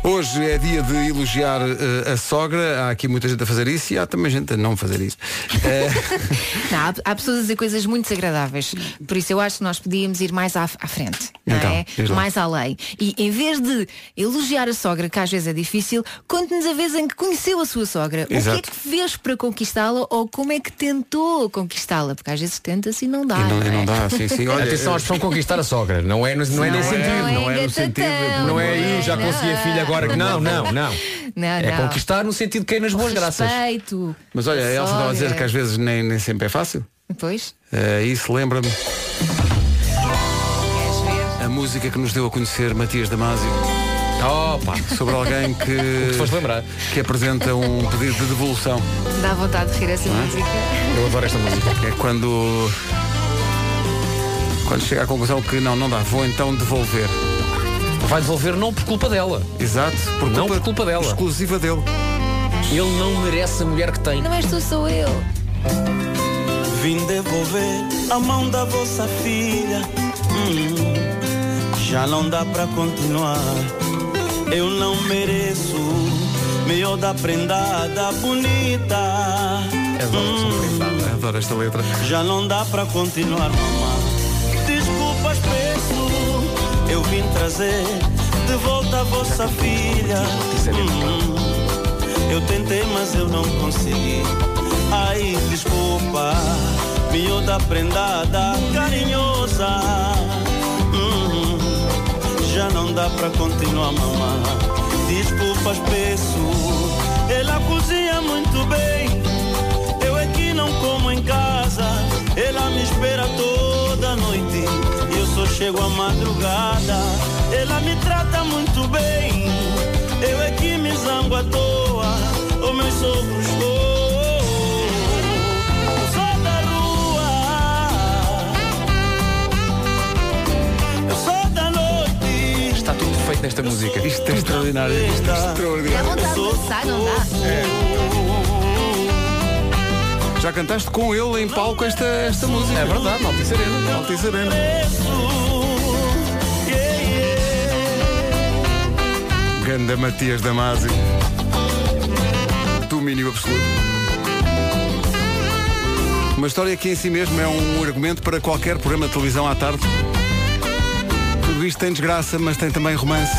S3: Hoje é dia de elogiar eh, a sogra, há aqui muita gente a fazer isso e há também gente a não fazer isso. Eh,
S1: Não, há, há pessoas a dizer coisas muito desagradáveis. Por isso eu acho que nós podíamos ir mais à, à frente, não
S3: Então,
S1: é?
S3: diz lá.
S1: Mais além. E em vez de elogiar a sogra, que às vezes é difícil, conte-nos a vez em que conheceu a sua sogra. O que
S3: Exato.
S1: é que fez para conquistá-la ou como é que tentou conquistá-la? Porque às vezes tenta-se e não dá.
S3: e não, e
S1: é?
S3: não dá, sim, sim. Olha,
S4: Atenção à
S3: eh,
S4: expressão conquistar a sogra. Não é, não é nesse sentido.
S1: é
S3: não é no
S1: engatatão,
S3: sentido, não
S4: Não é aí, já consegui a filha agora que não, não, não.
S1: Não,
S4: É
S1: Ah, não.
S4: conquistar no sentido de cair nas boas graças.
S1: Respeito.
S3: mas olha, a Elsa estava a dizer
S1: sogra.
S3: que às vezes nem, nem sempre é fácil.
S1: Pois,
S3: Eh, isso lembra-me
S1: queres ver?
S3: a música que nos deu a conhecer Matias Damasio
S4: Opa!
S3: sobre alguém
S4: te foste
S3: que,
S4: lembrar.
S3: que apresenta um pedido de devolução.
S1: Dá vontade de rir essa música.
S4: Eu adoro esta música.
S3: É quando. Quando chega à conclusão que não, não dá, vou então devolver.
S4: Vai devolver não por culpa dela.
S3: Exato, por
S4: Não por culpa dela.
S3: Exclusiva dele.
S4: Ele não merece a mulher que tem.
S1: Não és tu, sou eu.
S11: Vim devolver a mão da vossa filha. Hum, já não dá pra continuar. Eu não mereço. Melhor da prendada bonita. Hum,
S3: Adoro esta letra.
S11: Já não dá pra continuar, mamá. Desculpas, peço. Eu vim trazer de volta a vossa filha. Hum, eu tentei, mas eu não consegui. Ai, desculpa. Miúda prendada, carinhosa. Hum, já não dá pra continuar, mamá. Diz desculpas peço. Ela cozinha muito bem, eu é que não como em casa. Ela me espera toda noite, eu só chego à madrugada. Ela me trata muito bem, eu é que me zango à toa. Os meus sogros oh, eu sou da rua, eu sou da noite.
S4: Está tudo feito nesta música.
S3: Isto é extraordinário.
S11: Isto é
S1: Dá
S3: extraordinário.
S1: vontade de dançar, não dá?
S3: Já cantaste com ele em palco esta, esta música. É verdade, Altice Arena. Altice Arena. Ganda Matias Damasio. Domínio absoluto. Uma história que em si mesmo é um argumento para qualquer programa de televisão à tarde. Tudo isto tem desgraça, mas tem também romance.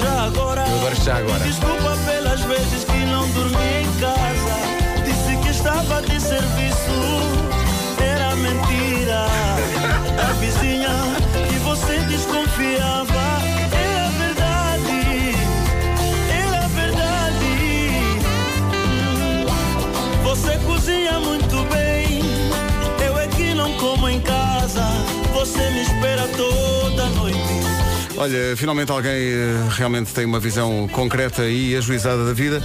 S11: Já agora,
S4: Eu adoro já agora.
S11: desculpa pelas vezes que não dormi em casa. Disse que estava de serviço, era mentira. A vizinha que você desconfiava. era verdade, É era verdade. Hum, Você cozinha muito bem, eu é que não como em casa. Você me espera toda noite.
S3: Olha, finalmente alguém eh, realmente tem uma visão concreta e ajuizada da vida.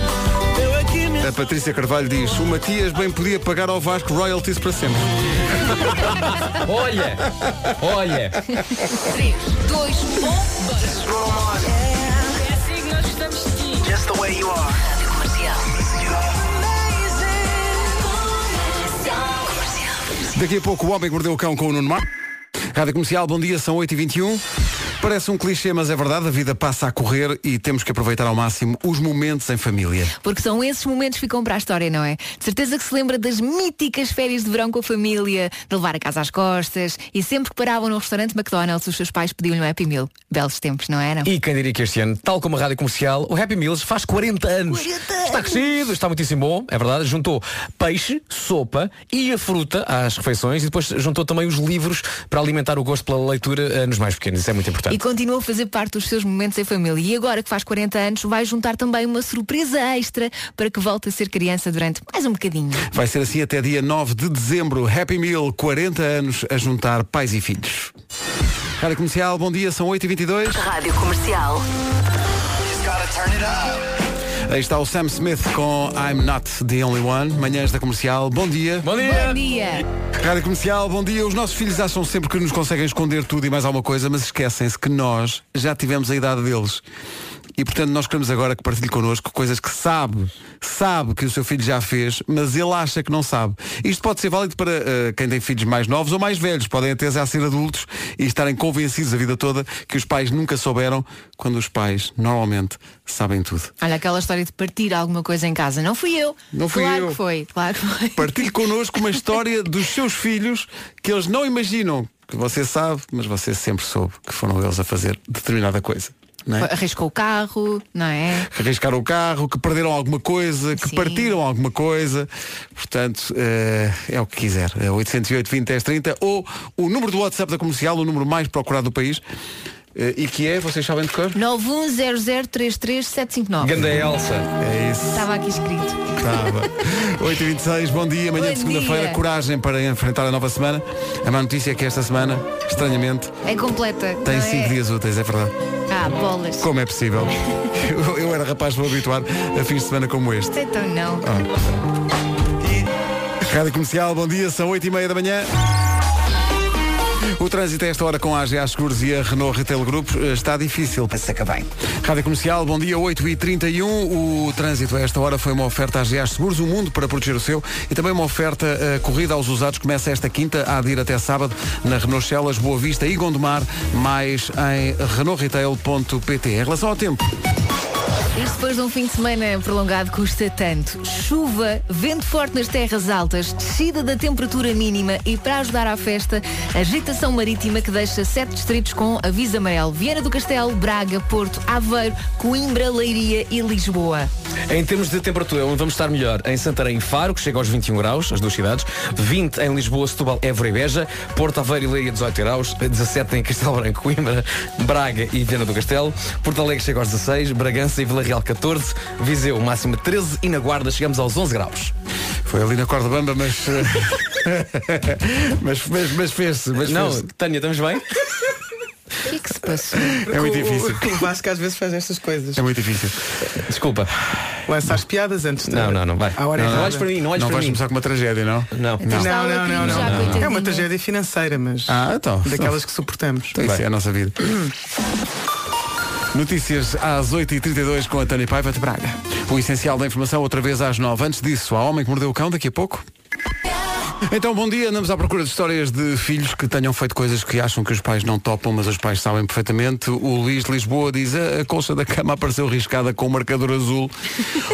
S11: é
S3: A Patrícia Carvalho diz, o Matias bem podia pagar ao Vasco royalties para sempre.
S4: Olha! Olha!
S1: 3, 2, 1,
S12: Just the way you are.
S3: Daqui a pouco o Homem que Mordeu o Cão com o Nuno Mar. Rádio Comercial, bom dia, são 8h21. Parece um clichê, mas é verdade, a vida passa a correr e temos que aproveitar ao máximo os momentos em família.
S1: Porque são esses momentos que ficam para a história, não é? De certeza que se lembra das míticas férias de verão com a família, de levar a casa às costas e sempre que paravam no restaurante McDonald's, os seus pais pediam-lhe um Happy Meal. Belos tempos, não eram?
S4: E quem diria que este ano, tal como a rádio comercial, o Happy Meals faz 40 anos. Está crescido, está muitíssimo bom, é verdade. Juntou peixe, sopa e a fruta às refeições e depois juntou também os livros para alimentar o gosto pela leitura eh, nos mais pequenos. Isso é muito importante.
S1: E continua a fazer parte dos seus momentos em família. E agora que faz 40 anos, vai juntar também uma surpresa extra para que volte a ser criança durante mais um bocadinho.
S3: Vai ser assim até dia 9 de dezembro. Happy Meal, 40 anos a juntar pais e filhos. Rádio Comercial, bom dia, são 8h22.
S9: Rádio Comercial.
S3: Aí está o Sam Smith com I'm Not The Only One. Manhãs da Comercial, bom dia. Bom
S1: Bom dia!
S3: Rádio Comercial, bom dia. Os nossos filhos acham sempre que nos conseguem esconder tudo e mais alguma coisa, mas esquecem-se que nós já tivemos a idade deles. E portanto nós queremos agora que partilhe connosco coisas que sabe, sabe que o seu filho já fez, mas ele acha que não sabe. Isto pode ser válido para eh, quem tem filhos mais novos ou mais velhos, podem até já ser adultos e estarem convencidos a vida toda que os pais nunca souberam, quando os pais normalmente sabem tudo.
S1: Olha aquela história de partir alguma coisa em casa. Não fui eu.
S3: Não fui
S1: claro
S3: eu.
S1: que foi, claro que foi.
S3: Partilhe connosco uma história dos seus filhos que eles não imaginam, que você sabe, mas você sempre soube que foram eles a fazer determinada coisa. Não é?
S1: Arriscou o carro, não é?
S3: Que arriscaram o carro, que perderam alguma coisa, que
S1: Sim.
S3: partiram alguma coisa. Portanto, eh, é o que quiser. É 808 20 10 30 ou o número do WhatsApp da comercial, o número mais procurado do país. eh, e que é, vocês sabem de cor?
S1: 910033759.
S3: É isso.
S1: Estava aqui escrito.
S3: Estava. 8h26, bom dia. Amanhã
S1: Bom
S3: de segunda-feira,
S1: dia.
S3: coragem para enfrentar a nova semana. A má notícia é que esta semana, estranhamente,
S1: É completa.
S3: tem
S1: não
S3: 5
S1: é?
S3: dias úteis, é verdade.
S1: Ah, bolas.
S3: Como é possível? Eu, eu era rapaz para me habituar a fins de semana como este.
S1: Então não.
S3: Ah. Rádio Comercial, bom dia, são 8h30 da manhã. O trânsito a esta hora com a AGA Seguros e a Renault Retail Group eh, está difícil.
S2: Seca bem.
S3: Rádio Comercial, bom dia, 8h31. O trânsito a esta hora foi uma oferta à AGA Seguros, o mundo para proteger o seu, e também uma oferta eh, corrida aos usados. Começa esta quinta, há de ir até sábado, na Renault Celas, Boa Vista e Gondomar, mais em renaultretail.pt. Em relação ao tempo,
S1: Isto foi Depois de um fim de semana prolongado custa tanto. Chuva, vento forte nas terras altas, descida da temperatura mínima e para ajudar à festa, agitação marítima que deixa sete distritos com aviso amarelo. Viana do Castelo, Braga, Porto, Aveiro, Coimbra, Leiria e Lisboa.
S6: Em termos de temperatura, onde vamos estar melhor? Em Santarém, Faro, que chega aos 21 graus, as duas cidades. 20 em Lisboa, Setúbal, Évora e Beja. Porto Aveiro e Leiria, 18 graus. 17 em Castelo Branco, Coimbra, Braga e Viana do Castelo. Porto Alegre chega aos 16. Bragança e Vila Real, 14. Viseu, máxima 13. E na Guarda, chegamos aos 11 graus.
S3: Foi ali na corda bamba, mas. eh, mas mas, mas fez-se. Mas
S6: Não,
S3: fez-se.
S6: Tânia, estamos bem?
S1: O que é que se passou?
S3: É muito difícil.
S13: O, o Vasco às vezes faz estas coisas.
S3: É muito difícil.
S6: Desculpa.
S13: Lança as piadas antes de.
S6: Não, não, não vai.
S13: À hora
S6: não,
S13: errada.
S6: não olhes para mim, não olhes para
S3: vais
S6: mim.
S3: começar
S6: Então,
S3: com é uma tragédia, não?
S6: Não.
S13: Não, não, não, não, não. É uma tragédia financeira, mas.
S3: Ah, então.
S13: Daquelas que suportamos.
S3: Então, isso é a nossa vida. Notícias às 8h32 com a Tânia Paiva de Braga. O essencial da informação outra vez às 9 Antes disso, há Homem que Mordeu o Cão daqui a pouco. Então, bom dia. Andamos à procura de histórias de filhos que tenham feito coisas que acham que os pais não topam, mas os pais sabem perfeitamente. O Luís de Lisboa diz a, a colcha da cama apareceu riscada com o marcador azul.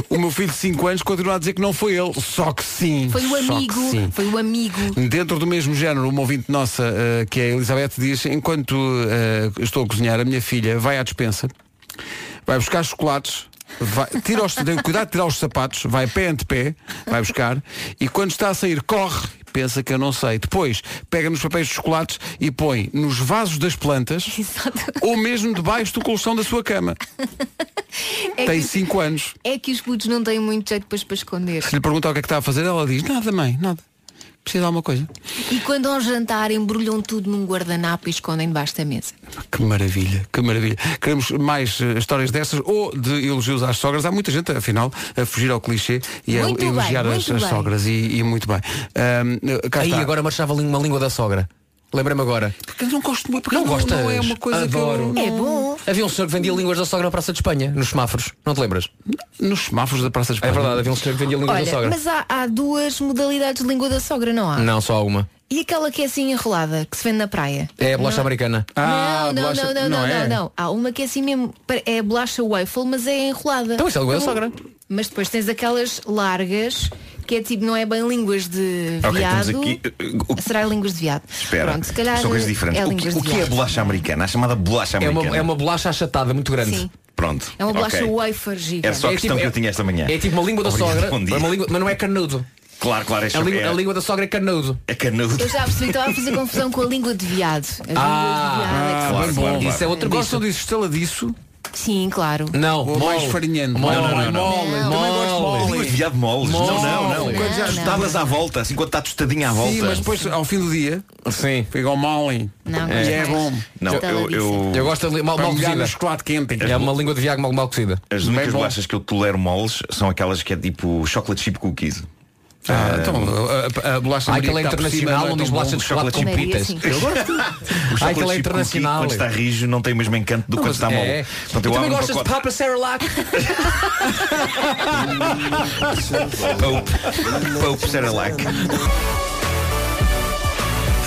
S3: o meu filho de 5 anos continua a dizer que não foi ele. Só que sim.
S1: Foi o
S3: Só que sim.
S1: amigo, foi o amigo.
S3: Dentro do mesmo género, uma ouvinte nossa, eh, que é a Elizabeth, diz, enquanto eh, estou a cozinhar, a minha filha vai à despensa, vai buscar chocolates, vai, tira os, tem cuidado de tirar os sapatos, vai pé ante pé, vai buscar, e quando está a sair, corre, pensa que eu não sei. Depois, pega nos papéis de chocolates e põe nos vasos das plantas, ou mesmo debaixo do colchão da sua cama.
S1: É
S3: tem
S1: que-
S3: 5 anos.
S1: É que os putos não têm muito jeito depois para esconder.
S3: Se lhe perguntar o que é que está a fazer, ela diz, nada mãe, nada. Precisa de alguma coisa.
S1: E quando ao jantar embrulham tudo num guardanapo e escondem debaixo da mesa.
S3: Que maravilha, que maravilha. Queremos mais eh, histórias dessas ou de elogios às sogras. Há muita gente, afinal, a fugir ao clichê e a
S6: Muito bem,
S3: elogiar as,
S6: muito
S3: as
S6: bem.
S3: sogras. E, e muito bem. Ahm, cá
S6: Aí
S3: está.
S6: agora marchava ali uma língua da sogra. Lembra-me agora.
S3: Porque eu não gosto É. muito, porque
S6: Não
S3: não,
S6: gostas?
S3: não é uma coisa
S6: Adoro.
S3: que eu
S11: Hum.
S3: não-
S1: Hum?
S6: Havia um senhor que vendia línguas da sogra na Praça de Espanha, nos semáforos. Não te lembras?
S3: Nos semáforos da Praça de
S6: Espanha. É verdade, havia um senhor que vendia línguas da
S1: Olha,
S6: sogra.
S1: mas há, há duas modalidades de língua da sogra, não há?
S6: Não, só há uma.
S1: E aquela que é assim enrolada, que se vende na praia?
S6: É a bolacha
S1: Não.
S6: americana.
S11: Ah,
S1: não, não, não, não, não, não, não. Há uma que é assim mesmo, pa- é a bolacha waffle, mas é enrolada.
S6: Então isso é língua da sogra.
S1: Mas depois tens aquelas largas, que é tipo, não é bem línguas de
S11: Ok,
S1: viado.
S11: estamos aqui. uh,
S1: Será línguas de viado.
S11: Espera,
S1: Pronto, se calhar
S11: são coisas diferentes.
S1: é
S11: o, que,
S1: línguas
S11: o
S1: de
S11: que é a
S1: viado.
S11: bolacha americana? A chamada
S6: É
S11: bolacha americana.
S6: uma, é uma bolacha achatada muito grande.
S1: Sim.
S11: Pronto.
S1: É uma bolacha
S11: ok.
S1: wafer gigante.
S11: É só a questão que eu tinha esta manhã.
S6: É tipo uma língua da
S11: Obrigado,
S6: sogra,
S11: bom dia.
S6: é uma língua- mas não é carnudo.
S11: Claro, claro, é
S6: a, língua,
S11: é-
S6: a língua da sogra é carnudo.
S11: É carnudo.
S1: Eu já percebi, estava a fazer confusão com a língua de viado. As línguas de viado é que são-
S6: Ah, bem
S11: Então
S6: bom. Isso é outro
S3: Gostam disso, estela disso?
S1: Sim, claro.
S6: Não,
S3: Ou mais farinhando.
S11: Mole, não, não, não.
S1: mole,
S11: Também
S3: gosto de mole.
S11: Línguas de viado moles.
S3: Mole.
S11: Não, não, não.
S3: Quando já-
S11: Quando estavas à volta, assim, quando está tostadinha à volta.
S3: Sim, mas depois, ao fim do dia,
S6: Sim.
S3: fica o mole.
S1: Não,
S3: e é
S11: gosto mais.
S3: bom.
S11: Não, eu- eu-
S6: Eu gosto de li- mal,
S3: Para
S6: mal
S3: molhar
S6: cozida.
S3: no chocolate quente.
S6: É uma língua de viago mal, mal cozida.
S11: As únicas bolachas que eu tolero moles são aquelas que é tipo chocolate chip cookies.
S3: Ah, então, a, a- a bolacha
S6: Há
S3: Maria
S6: aquela
S3: que
S11: tá
S3: está por cima não
S6: internacional
S3: é
S6: onde
S3: tão
S6: diz bolacha
S3: bom.
S6: de chocolate com
S3: Chocolate
S6: pitas.
S3: chip
S11: Eu gosto. O
S6: Há
S11: chocolate
S6: aquela
S11: chip cookie,
S6: internacional.
S11: quando está rijo, não tem o mesmo encanto do que quando está mole.
S6: É.
S11: Portanto,
S6: Eu
S11: eu
S6: também
S11: abro um
S6: gostas de
S11: pacote.
S6: Papa Cerelac?
S11: Pope. Pope Cerelac.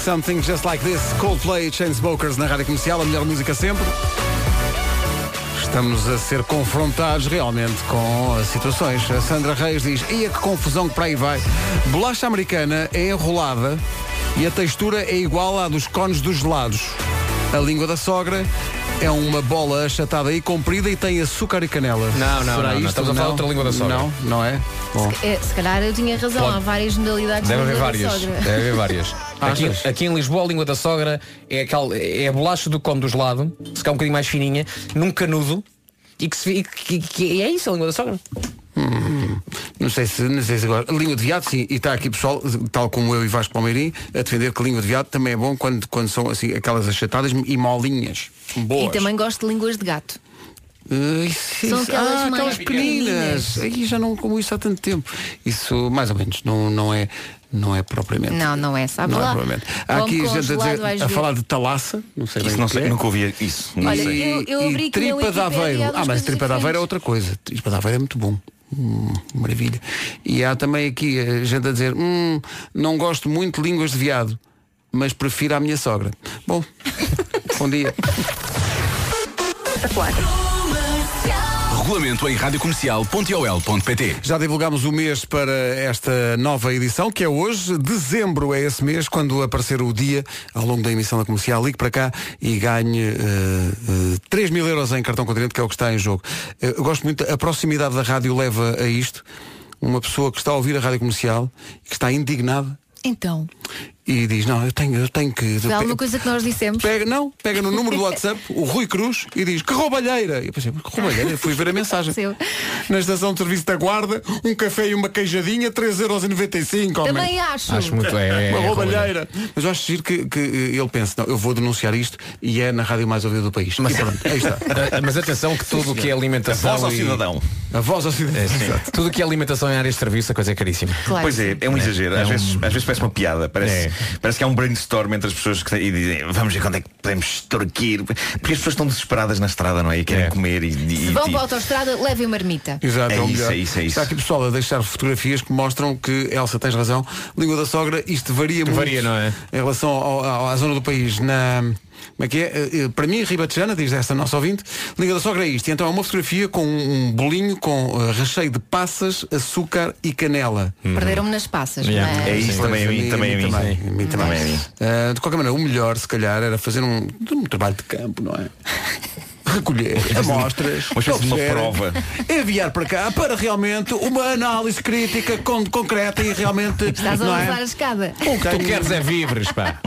S3: Something Just Like This, Coldplay, Chainsmokers na Rádio Comercial, a melhor música sempre. Estamos a ser confrontados realmente com as situações. A Sandra Reis diz, ia que confusão que para aí vai. Bolacha americana é enrolada e a textura é igual à dos cones dos gelados. A língua da sogra é uma bola achatada e comprida e tem açúcar e canela.
S6: Não,
S3: Será
S6: não, não, não.
S3: isto?
S6: Estamos a falar de outra língua da sogra.
S3: Não, não é? Bom.
S1: É, se calhar eu tinha razão,
S6: Pode.
S1: há várias modalidades
S6: Deve
S1: de
S6: haver
S1: língua da
S6: várias.
S1: sogra.
S6: Deve haver várias. Aqui, aqui em Lisboa, a língua da sogra é, aquela, é a bolacha do como do gelado, se cá um bocadinho mais fininha, num canudo, e que, se, e que- que é isso a língua da sogra.
S3: Hum, não sei se, não sei se agora. Língua de viado, sim, e está aqui pessoal, tal como eu e Vasco Palmeirim, a defender que língua de viado também é bom quando, quando são assim aquelas achatadas e molinhas.
S1: E
S3: Boas.
S1: também gosto de línguas de gato.
S3: Ah, isso-
S1: São
S3: isso-
S1: aquelas
S3: ah,
S1: mais
S3: aquelas
S1: pequeninas.
S3: pequeninas. Aí já não como isso há tanto tempo. Isso, mais ou menos, não, não, é, não é propriamente.
S1: Não, não é, sabe
S3: Não é
S1: lá.
S3: propriamente. Há
S1: Como
S3: aqui gente a,
S1: congelado,
S3: dizer-
S1: vais
S3: a
S1: ver.
S3: falar de talaça, não sei bem
S11: Isso
S3: o
S11: não
S3: que
S11: sei,
S3: é.
S11: nunca ouvia isso. Não
S1: Olha,
S11: sei.
S1: eu- eu
S3: e
S1: abri aqui na
S3: tripa de
S1: Wikipédia
S3: aveiro.
S1: há duas
S3: Ah, mas
S1: coisas
S3: tripa de aveiro é
S1: diferentes.
S3: outra coisa. Tripa de aveiro é muito bom. Hum, maravilha. E há também aqui eh, gente a dizer, hum, não gosto muito de línguas de viado, mas prefiro a minha sogra. Bom, bom dia.
S2: Regulamento em radiocomercial.ol.pt
S3: Já divulgámos o mês para esta nova edição, que é hoje. Dezembro é esse mês, quando aparecer o dia, ao longo da emissão da comercial, ligue para cá e ganhe eh, eh, 3 mil euros em cartão continente, que é o que está em jogo. Eh, Eu gosto muito, a proximidade da rádio leva a isto. Uma pessoa que está a ouvir a rádio comercial, que está indignada
S1: Então,
S3: e diz, não, eu tenho, eu tenho que.
S1: foi alguma coisa que nós dissemos?
S3: Pega, não, pega no número do WhatsApp o Rui Cruz e diz que roubalheira. E eu pensei, "Mas que roubalheira? Fui ver a mensagem. Na estação de serviço da guarda, um café e uma queijadinha, 3,95€. homem.
S1: Também acho.
S6: Acho muito, é, é,
S3: uma
S6: é
S3: roubalheira. Mas eu acho giro que, que eh, ele pensa, não, eu vou denunciar isto e é na rádio mais ouvida do país. Mas, e pronto, aí está.
S6: Ah, Mas atenção que tudo o que é alimentação.
S11: A voz ao
S6: e-
S11: cidadão.
S3: A voz ao cidadão.
S6: É, sim. tudo o que é alimentação em áreas de serviço, a coisa é caríssima.
S11: Pois é, é um exagero. Às, vezes, às vezes parece uma piada. Parece,
S6: É.
S11: parece que há um brainstorm entre as pessoas que e dizem vamos ver quando é que podemos extorquir. Porque as pessoas estão desesperadas na estrada, não é? E querem comer e. e-
S1: Se
S2: tipo-
S1: vão
S11: e-
S1: para a autostrada, levem marmita.
S3: Exato,
S11: É
S3: o
S11: isso,
S3: melhor.
S11: é isso, é isso.
S3: Está aqui pessoal a deixar fotografias que mostram que, Elsa, tens razão, língua da sogra, isto varia muito
S6: Varia, não é?
S3: em relação ao- ao- à zona do país. Na, como é que é? Eh, eh, Para mim, Ribatejana, diz esta nossa ouvinte, língua da sogra é isto. E Então é uma fotografia com um bolinho com eh, recheio de passas, açúcar e canela.
S1: Perderam-me nas passas, mas...
S11: É isso,
S3: Sim.
S11: também a
S3: Pois,
S11: mim, também a mim.
S3: também, a mim também. Eh, de qualquer maneira, o melhor, se calhar, era fazer um, um trabalho de campo, não é? Recolher amostras,
S11: Uma espécie de uma
S3: obter,
S11: prova.
S3: enviar para cá para realmente uma análise crítica con- concreta e realmente.
S1: Estás a
S3: não
S1: levar a
S3: é?
S1: escada.
S3: O que tu queres é
S6: víveres, pá.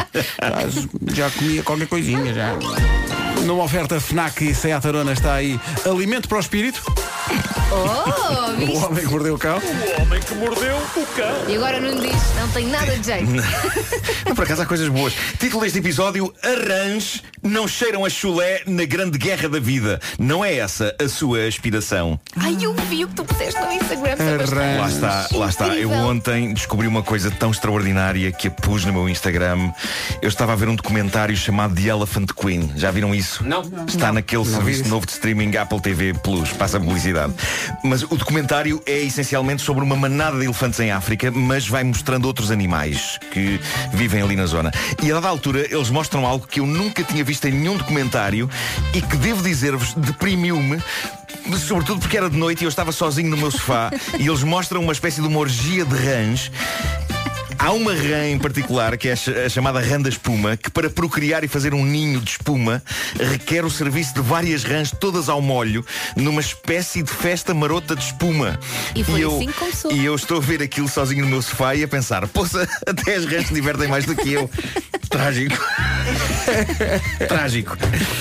S3: Já comia qualquer coisinha, já. Numa oferta FNAC e Seat Arona está aí Alimento para o Espírito.
S1: Oh,
S3: o
S1: viste?
S3: homem que mordeu o cão.
S1: O homem que mordeu o cão. E agora não diz, não tem nada de jeito.
S11: Não, por acaso há coisas boas. Título deste episódio, Arranjos não cheiram a chulé na grande guerra da vida. Não é essa a sua aspiração.
S1: Ai, eu vi o que tu puseste no Instagram. Sebastião.
S11: Lá está, lá está. Eu
S1: Incrível.
S11: ontem descobri uma coisa tão extraordinária que a pus no meu Instagram. Eu estava a ver um documentário chamado The Elephant Queen. Já viram isso? Não. Está naquele serviço novo de streaming Apple TV Plus. Passa a publicidade. Mas o documentário é essencialmente sobre uma manada de elefantes em África, mas vai mostrando outros animais que vivem ali na zona. E a dada altura eles mostram algo que eu nunca tinha visto em nenhum documentário e que devo dizer-vos deprimiu-me Sobretudo porque era de noite e eu estava sozinho no meu sofá e eles mostram uma espécie de uma orgia de rãs. Há uma rã em particular, que é a ch- a chamada rã da espuma, que para procriar e fazer um ninho de espuma requer o serviço de várias rãs, todas ao molho, numa espécie de festa marota de espuma.
S14: E foi
S11: eu,
S14: assim que começou.
S11: E eu estou a ver aquilo sozinho no meu sofá e a pensar, poça, até as rãs se divertem mais do que eu. Trágico. Trágico.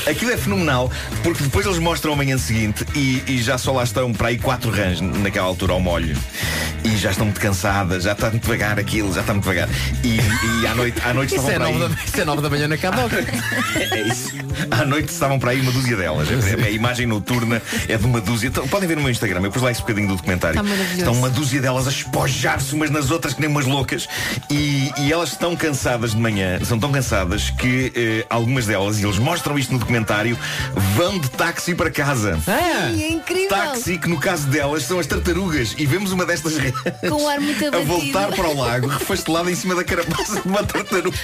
S11: Aquilo é fenomenal, porque depois eles mostram a manhã seguinte e, e já só lá estão para aí quatro rãs naquela altura ao molho. E já estão muito cansadas, já está muito devagar aquilo, já está muito devagar. E, e à noite, à noite
S6: Isso
S11: estavam
S6: é
S11: para
S6: nove
S11: aí.
S6: da- isso é nove da manhã na Cadoca.
S11: É isso. À noite estavam para aí uma dúzia delas. É, A, a imagem noturna é de uma dúzia. Então, podem ver no meu Instagram, eu pus lá esse bocadinho do documentário.
S14: Está maravilhoso.
S11: Estão uma dúzia delas a espojar-se umas nas outras que nem umas loucas. E, e elas estão cansadas de manhã, são tão cansadas que eh, algumas delas, e eles mostram isto no documentário, vão de táxi para casa.
S1: Sim, é incrível.
S11: Táxi, que no caso delas são as tartarugas. E vemos uma destas rãs
S1: Com um ar muito
S11: a
S1: abatido.
S11: voltar para o lago, refastelada em cima da carapaça de uma tartaruga.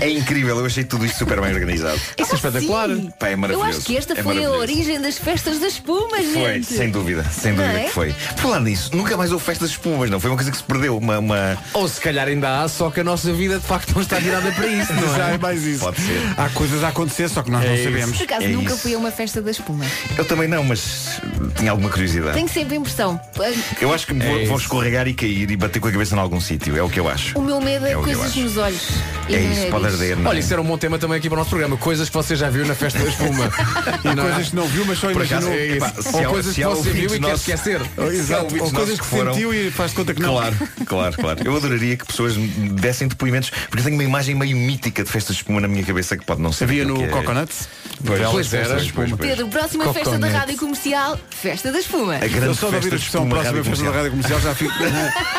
S11: É incrível, eu achei tudo isto super bem organizado.
S1: Isso é espetacular.
S11: Pá, é
S1: Eu
S11: maravilhoso.
S1: acho que esta
S11: é
S1: foi a
S11: maravilhoso.
S1: origem das festas da espuma,
S11: Foi,
S1: gente.
S11: sem dúvida, sem
S1: Não
S11: dúvida
S1: é?
S11: que foi. Por falar nisso, nunca mais houve festas de espumas, não. Foi uma coisa que se perdeu, uma. uma...
S6: Ou se calhar ainda há, só que a nossa vida de facto não está virada para isso. Não é?
S3: Já é mais isso.
S11: Pode ser.
S3: Há coisas a acontecer, só que nós
S11: É
S3: não
S11: isso.
S3: sabemos.
S1: Por acaso
S11: É
S1: nunca
S11: isso. É.
S1: fui a uma festa da espuma.
S11: Eu também não, mas tinha alguma curiosidade.
S1: Tenho sempre a impressão. Ah,
S11: Eu acho que vou, vou escorregar e cair e bater com a cabeça em algum sítio, é o que eu acho.
S1: O meu medo é,
S11: É o que eu
S1: coisas
S11: acho.
S1: nos olhos. e
S11: É
S1: no
S11: isso, pode
S1: nariz.
S11: arder, não é?
S6: Olha, isso era um bom tema também aqui para o nosso programa. Coisas que você já viu na festa da espuma.
S3: Há coisas que não viu, mas só
S6: Por
S3: imaginou.
S6: acaso, é isso.
S3: Epá, se
S6: Ou
S3: há-
S6: coisas
S3: se
S6: que
S3: há
S6: você viu
S3: ouvintes
S6: e quer
S3: nossos-
S6: esquecer.
S3: Oh,
S11: Se há
S3: Exato.
S11: ouvintes
S3: Ou coisas
S11: nossos
S3: que
S11: que foram-
S3: sentiu e faz de conta que não.
S11: Claro, claro, claro. Eu adoraria que pessoas me dessem depoimentos, porque eu tenho uma imagem meio mítica de festas de espuma na minha cabeça que pode não ser.
S3: Havia
S11: aquilo
S3: no
S11: que é.
S3: Coconuts?
S11: Pois,
S3: Belas
S11: pois,
S3: festas de
S11: pois,
S3: espuma.
S11: pois, pois.
S1: Pedro, próxima festa da
S3: Cotonete.
S1: rádio comercial, festa da espuma.
S11: A grande
S3: Eu só de ouvir
S11: festa
S3: a expressão
S11: espuma,
S3: próxima
S11: rádio
S3: festa da rádio comercial já fico. um-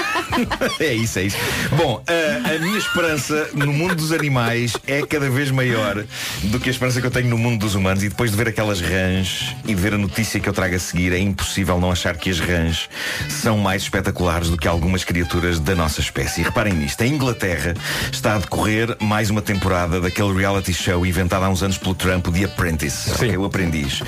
S11: é isso, é isso. Bom, a, a minha esperança no mundo dos animais é cada vez maior do que a esperança que eu tenho no mundo dos humanos. E depois de ver aquelas rãs e de ver a notícia que eu trago a seguir, é impossível não achar que as rãs são mais espetaculares do que algumas criaturas da nossa espécie. E reparem nisto, em Inglaterra está a decorrer mais
S13: mais uma temporada daquele reality show inventado há uns anos pelo Trump, o The Apprentice, ok? o aprendiz.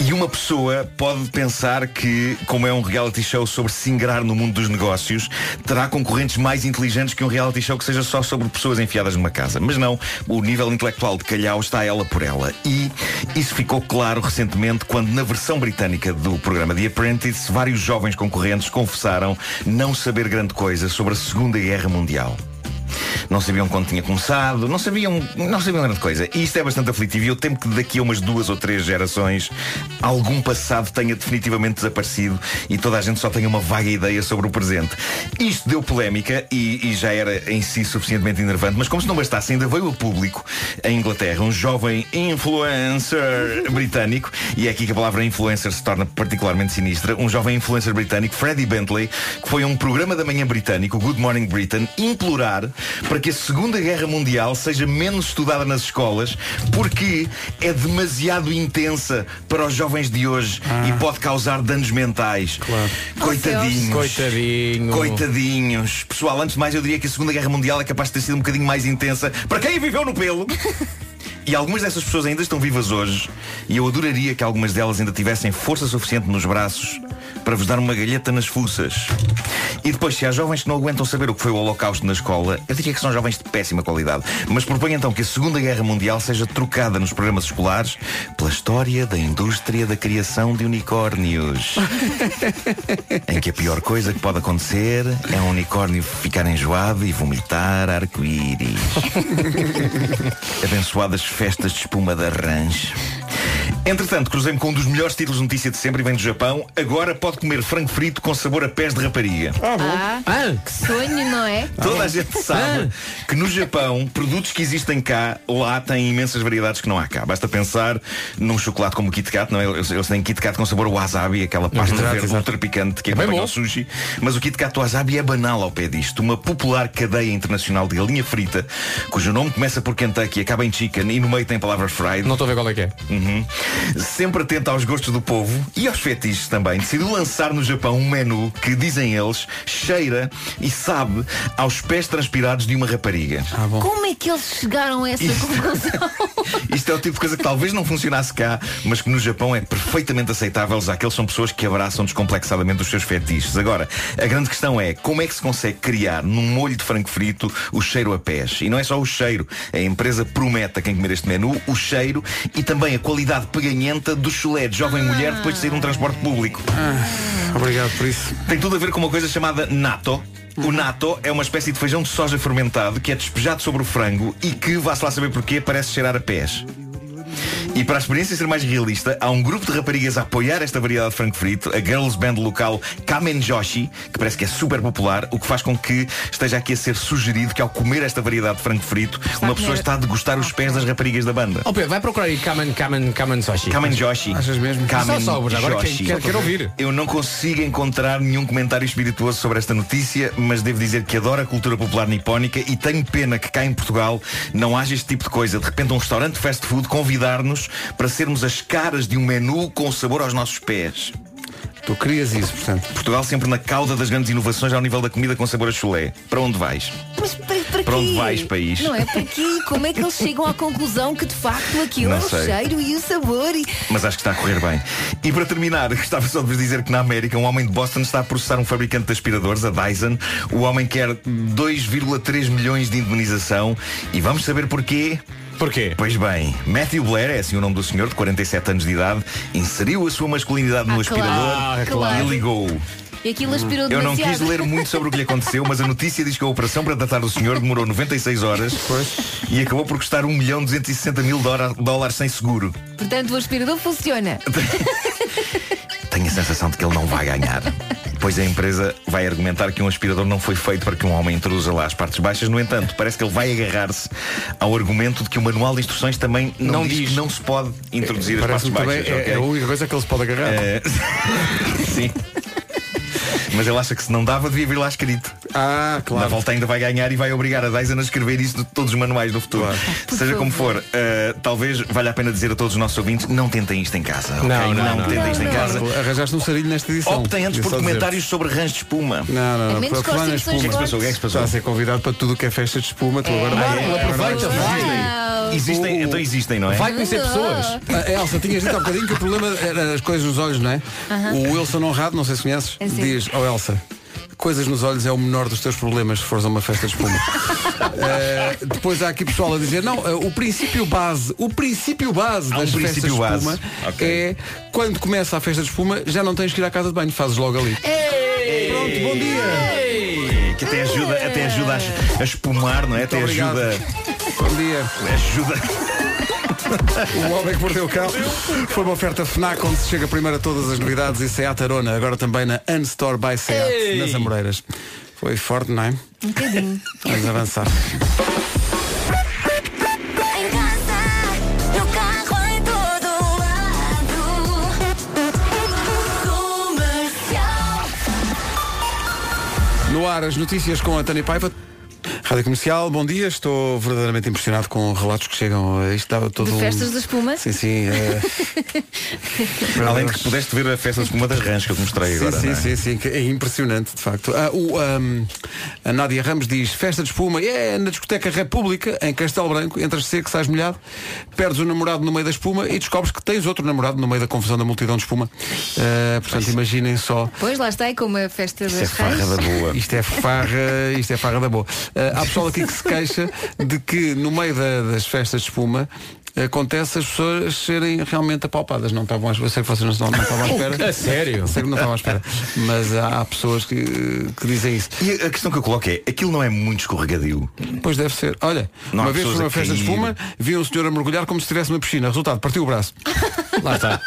S13: E uma pessoa pode pensar que, como é um reality show sobre se ingrar no mundo dos negócios, terá concorrentes mais inteligentes que um reality show que seja só sobre pessoas enfiadas numa casa. Mas não, o nível intelectual de Calhau está ela por ela. E isso ficou claro recentemente quando, na versão britânica do programa The Apprentice, vários jovens concorrentes confessaram não saber grande coisa sobre a Segunda Guerra Mundial. Não sabiam quando tinha começado, não sabiam, não sabiam grande coisa. E isto é bastante aflitivo e eu temo que daqui a umas duas ou três gerações algum passado tenha definitivamente desaparecido e toda a gente só tenha uma vaga ideia sobre o presente. Isto deu polémica e, e já era em si suficientemente enervante, mas como se não bastasse, ainda veio a público em Inglaterra um jovem influencer britânico, e é aqui que a palavra influencer se torna particularmente sinistra, um jovem influencer britânico, Freddie Bentley, que foi a um programa da manhã britânico, Good Morning Britain, implorar para que a Segunda Guerra Mundial seja menos estudada nas escolas porque é demasiado intensa para os jovens de hoje e pode causar danos mentais. Coitadinhos.
S4: Oh, Deus. Coitadinho.
S13: Coitadinhos. Pessoal, antes de mais eu diria que a Segunda Guerra Mundial é capaz de ter sido um bocadinho mais intensa para quem viveu no pelo. E algumas dessas pessoas ainda estão vivas hoje E eu adoraria que algumas delas ainda tivessem força suficiente nos braços Para vos dar uma galheta nas fuças E depois, se há jovens que não aguentam saber o que foi o Holocausto na escola Eu diria que são jovens de péssima qualidade Mas proponho então que a Segunda Guerra Mundial seja trocada nos programas escolares Pela história da indústria da criação de unicórnios Em que a pior coisa que pode acontecer É um unicórnio ficar enjoado e vomitar arco-íris Abençoadas festas de espuma da ranch. Entretanto, cruzei-me com um dos melhores títulos de notícia de sempre e vem do Japão. Agora pode comer frango frito com sabor a pés de rapariga.
S1: Ah, que sonho, não é?
S13: Toda a gente sabe que no Japão, produtos que existem cá, lá têm imensas variedades que não há cá. Basta pensar num chocolate como o Kit Kat, não é? Eles eles têm Kit Kat com sabor wasabi, aquela pasta
S4: Exato,
S13: verde
S4: exato.
S13: ultra picante que
S4: É bem
S13: acompanha
S4: bom.
S13: o sushi. Mas o Kit Kat wasabi é banal ao pé disto. Uma popular cadeia internacional de galinha frita, cujo nome começa por Kentucky, acaba em chicken e no meio tem a palavra fried. Não estou a ver qual é que é. Sempre atenta aos gostos do povo e aos fetiches também, decidiu lançar no Japão um menu que, dizem eles, cheira e sabe aos pés transpirados de uma rapariga.
S1: Como é que eles chegaram a essa conclusão?
S13: Isto é o tipo de coisa que talvez não funcionasse cá, mas que no Japão é perfeitamente aceitável, já que eles são pessoas que abraçam descomplexadamente os seus fetiches. Agora, a grande questão é como é que se consegue criar num molho de frango frito o cheiro a pés? E não é só o cheiro. A empresa promete a quem comer este menu o cheiro e também a qualidade peganhenta do chulé de jovem mulher depois de sair de um transporte público.
S3: Obrigado por isso.
S13: Tem tudo a ver com uma coisa chamada nato.
S4: Uhum.
S13: O nato é uma espécie de feijão de soja fermentado que é despejado sobre o frango e que, vá-se lá saber porquê, parece cheirar a pés. E para a experiência ser mais realista, há um grupo de raparigas a apoiar esta variedade de frango frito, a girls band local Kamen Joshi, que parece que é super popular, o que faz com que esteja aqui a ser sugerido que ao comer esta variedade de frango frito, uma
S4: a
S13: pessoa
S4: comer-
S13: está a degustar os pés das raparigas da banda.
S4: Ó Pedro, vai procurar aí Kamen, Kamen, Kamen Soshi.
S13: Kamen Joshi.
S4: Achas mesmo?
S13: Kamen
S4: só só, agora quem
S13: Joshi.
S4: quer, quer ouvir.
S13: Eu não consigo encontrar nenhum comentário espirituoso sobre esta notícia, mas devo dizer que adoro a cultura popular nipónica e tenho pena que cá em Portugal não haja este tipo de coisa. De repente um restaurante de fast food convidar-nos para sermos as caras de um menu com sabor aos nossos pés.
S3: Tu querias isso, portanto.
S13: Portugal sempre na cauda das grandes inovações ao nível da comida com sabor a chulé. Para onde vais?
S1: Mas para, para
S13: Para onde
S1: quê?
S13: vais, país?
S1: Não é para quê? Como é que eles chegam à conclusão que de facto aquilo é
S13: Não
S1: o
S13: sei.
S1: cheiro e o sabor e...
S13: Mas acho que está a correr bem. E para terminar, gostava só de vos dizer que na América um homem de Boston está a processar um fabricante de aspiradores, a Dyson. O homem quer 2,3 milhões de indemnização. E vamos saber porquê? Porquê? Pois bem, Matthew Blair, é assim o nome do senhor, de 47 anos de idade, inseriu a sua masculinidade no
S1: Ah,
S13: aspirador
S1: claro, Ah, claro.
S13: e ligou-o.
S1: E aquilo aspirou
S13: Eu não
S1: demasiado.
S13: quis ler muito sobre o que lhe aconteceu, mas a notícia diz que a operação para tratar o senhor demorou 96 horas e acabou por custar 1 milhão 260 mil dólares sem seguro.
S1: Portanto, o aspirador funciona.
S13: Tenho a sensação de que ele não vai ganhar. Pois a empresa vai argumentar que um aspirador não foi feito para que um homem introduza lá as partes baixas. No entanto, parece que ele vai agarrar-se ao argumento de que o manual de instruções também não, diz, que não se pode introduzir as partes
S3: É, Parece-me também
S13: baixas.
S3: é,
S13: ok?
S3: é a única coisa que eles podem agarrar.
S13: Eh, Sim. Mas ele acha que se não dava, devia vir lá escrito.
S3: Ah, claro.
S13: Na volta ainda vai ganhar e vai obrigar a Dyson a escrever isso de todos os manuais no futuro. Seja como for, eh, talvez valha a pena dizer a todos os nossos ouvintes, não tentem isto em casa. ok?
S3: Não, não, não.
S13: tentem isto em
S3: Não,
S13: casa.
S3: Marco, Arranjaste um sarilho nesta edição.
S13: Optem antes
S3: Eu
S13: por
S3: só dizer.
S13: comentários sobre rãs de espuma.
S3: Não, não,
S13: A
S3: não.
S13: menos
S3: Para
S13: que
S3: falar
S13: gostem
S3: na
S13: de
S3: espuma.
S13: O que é que se passou? O que é que se passou?
S3: Já ser convidado para tudo o que é festas de espuma. Tu agora
S13: Marco, aproveita, vai. Existem, então existem, não é?
S3: Vai conhecer pessoas. A Uhum. Ah, é, Elsa, tinhas dito há bocadinho que o problema era as coisas nos olhos, não é?
S6: Aham.
S3: O Wilson Honrado, não sei se conheces,
S6: É, sim.
S3: diz, oh Elsa, coisas nos olhos é o menor dos teus problemas se fores a uma festa de espuma. Eh, depois há aqui pessoal a dizer, não, eh, o princípio base, o princípio base
S13: Há um
S3: das festas de
S13: princípio
S3: espuma
S13: base.
S3: é quando começa a festa de espuma, já não tens que ir à casa de banho, fazes logo ali.
S13: Pronto, bom dia. Que até ajuda, até ajuda a, a espumar, não é? até
S3: obrigado.
S13: ajuda.
S3: Bom dia.
S13: Ajuda.
S3: O Homem que Mordeu o Cão foi uma oferta FNAC onde se chega primeiro a todas as novidades e Seat Arona, agora também na Unstore by Seat,
S1: Ei!
S3: nas Amoreiras. Foi forte, não é?
S1: Um bocadinho.
S3: Vamos avançar.
S5: No carro em todo lado. Comercial.
S3: No ar, as notícias com a Tânia Paiva. Rádio Comercial, bom dia. Estou verdadeiramente impressionado com relatos que chegam. eh, Isto dava todo
S1: De
S3: um-
S1: festas da espuma?
S3: Sim, sim. eh,
S13: Além de que pudeste ver a festa de espuma das rãs que eu te mostrei
S3: Sim,
S13: agora.
S3: sim,
S13: não é?
S3: sim, sim, que é impressionante, de facto. Ah, o, ahm, a Nádia Ramos diz, festa de espuma, é na discoteca República, em Castelo Branco, entras seco, sais molhado, perdes o namorado no meio da espuma e descobres que tens outro namorado no meio da confusão da multidão de espuma. Ah, portanto, imaginem só.
S1: Pois lá está, é como a festa das reis.
S3: boa. Isto é farra, isto é farra da boa. Ah, há pessoal aqui que se queixa de que no meio da- das festas de espuma acontece as pessoas serem realmente apalpadas. Não estavam à espera. Eu sei que vocês não, estavam- não estavam à espera.
S13: A sério?
S3: Sei que não estavam à espera. Mas há, há pessoas que, que dizem isso.
S13: E a questão que eu coloco é, aquilo não é muito escorregadio.
S3: Pois deve ser. Olha,
S13: Não há
S3: uma vez
S13: pessoas
S3: foi uma
S13: a
S3: festa de
S13: cair.
S3: espuma, vi um senhor a mergulhar como se estivesse numa piscina. Resultado, partiu o braço.
S13: Lá está.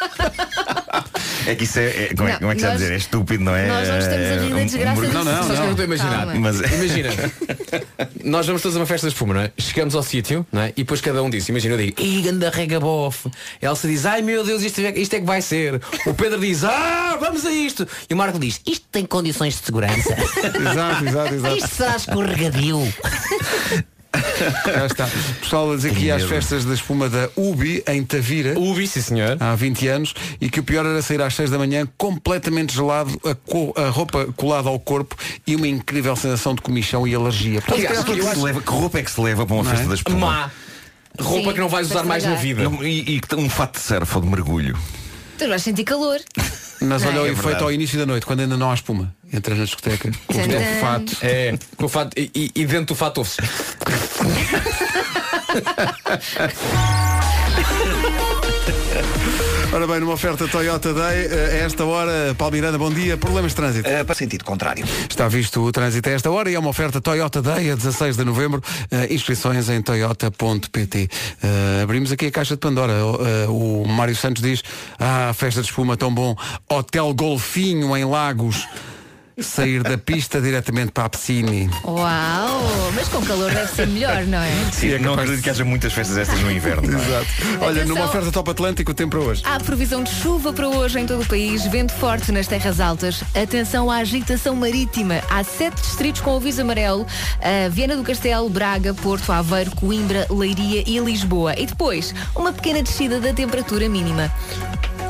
S13: É que isso é. é- como, é
S3: Não,
S13: como é que está a
S3: nós-
S13: dizer? É estúpido, não é?
S3: nós não estamos a rir da
S13: É um- um
S3: desgraça Não,
S13: mergulho.
S3: não,
S6: Sabes o que é que eu estou a imaginar?
S1: Calma.
S13: Mas-
S6: Imagina, nós vamos todos a uma festa de espuma, não é? Chegamos ao sítio, não é? E depois cada um disse, imagina, eu digo, ih, ganda rega bof. Elsa diz, ai meu Deus, isto é, isto é que vai ser. O Pedro diz, ah, vamos a isto. E o Marco diz, isto tem condições de segurança.
S3: Exato, exato, exato.
S6: Isto será escorregadio.
S3: Cá está. Pessoal a dizer que ia às festas da espuma da UBI em Tavira.
S6: UBI, sim senhor.
S3: Há 20 anos. E que o pior era sair às 6 da manhã completamente gelado, a, co- a roupa colada ao corpo e uma incrível sensação de comichão e alergia.
S13: Aliás, que, é que se leva- que roupa é que se leva para uma
S3: Não é?
S13: festa das espuma?
S3: Má.
S6: Roupa Sim, que não vais usar mais na estragar. vida.
S13: Não, e, e que tem um fato de surf ou de mergulho.
S1: Tu vais Então, sentir calor.
S3: Mas
S1: Não
S3: olha
S1: é?
S3: o
S1: É
S3: efeito
S13: verdade.
S3: ao início da noite, quando ainda não há espuma. Entras na discoteca com os
S1: Tcharam.
S3: teus fatos.
S6: É, com o fato, e- e, e dentro do fato ouve-se.
S3: Ora bem, numa oferta Toyota Day, eh, a esta hora, Paulo Miranda, bom dia. Problemas de trânsito?
S2: Ah, para sentido contrário.
S3: Eh, Está visto o trânsito a esta hora e é uma oferta Toyota Day a 16 de novembro. Eh, inscrições em toyota.pt. Eh, abrimos aqui a caixa de Pandora. O- eh, o Mário Santos diz: Ah, festa de espuma tão bom. Hotel Golfinho em Lagos. Sair da pista diretamente para a piscina.
S1: Uau! Mas com calor deve ser melhor, não é?
S13: Sim, não acredito que haja muitas festas estas no inverno. é?
S3: Exato. Olha, numa oferta Top Atlântico, o tempo para hoje.
S1: Há previsão de chuva para hoje em todo o país, vento forte nas terras altas, atenção à agitação marítima. Há sete distritos com aviso amarelo, a Viana do Castelo, Braga, Porto, Aveiro, Coimbra, Leiria e Lisboa. E depois, uma pequena descida da temperatura mínima.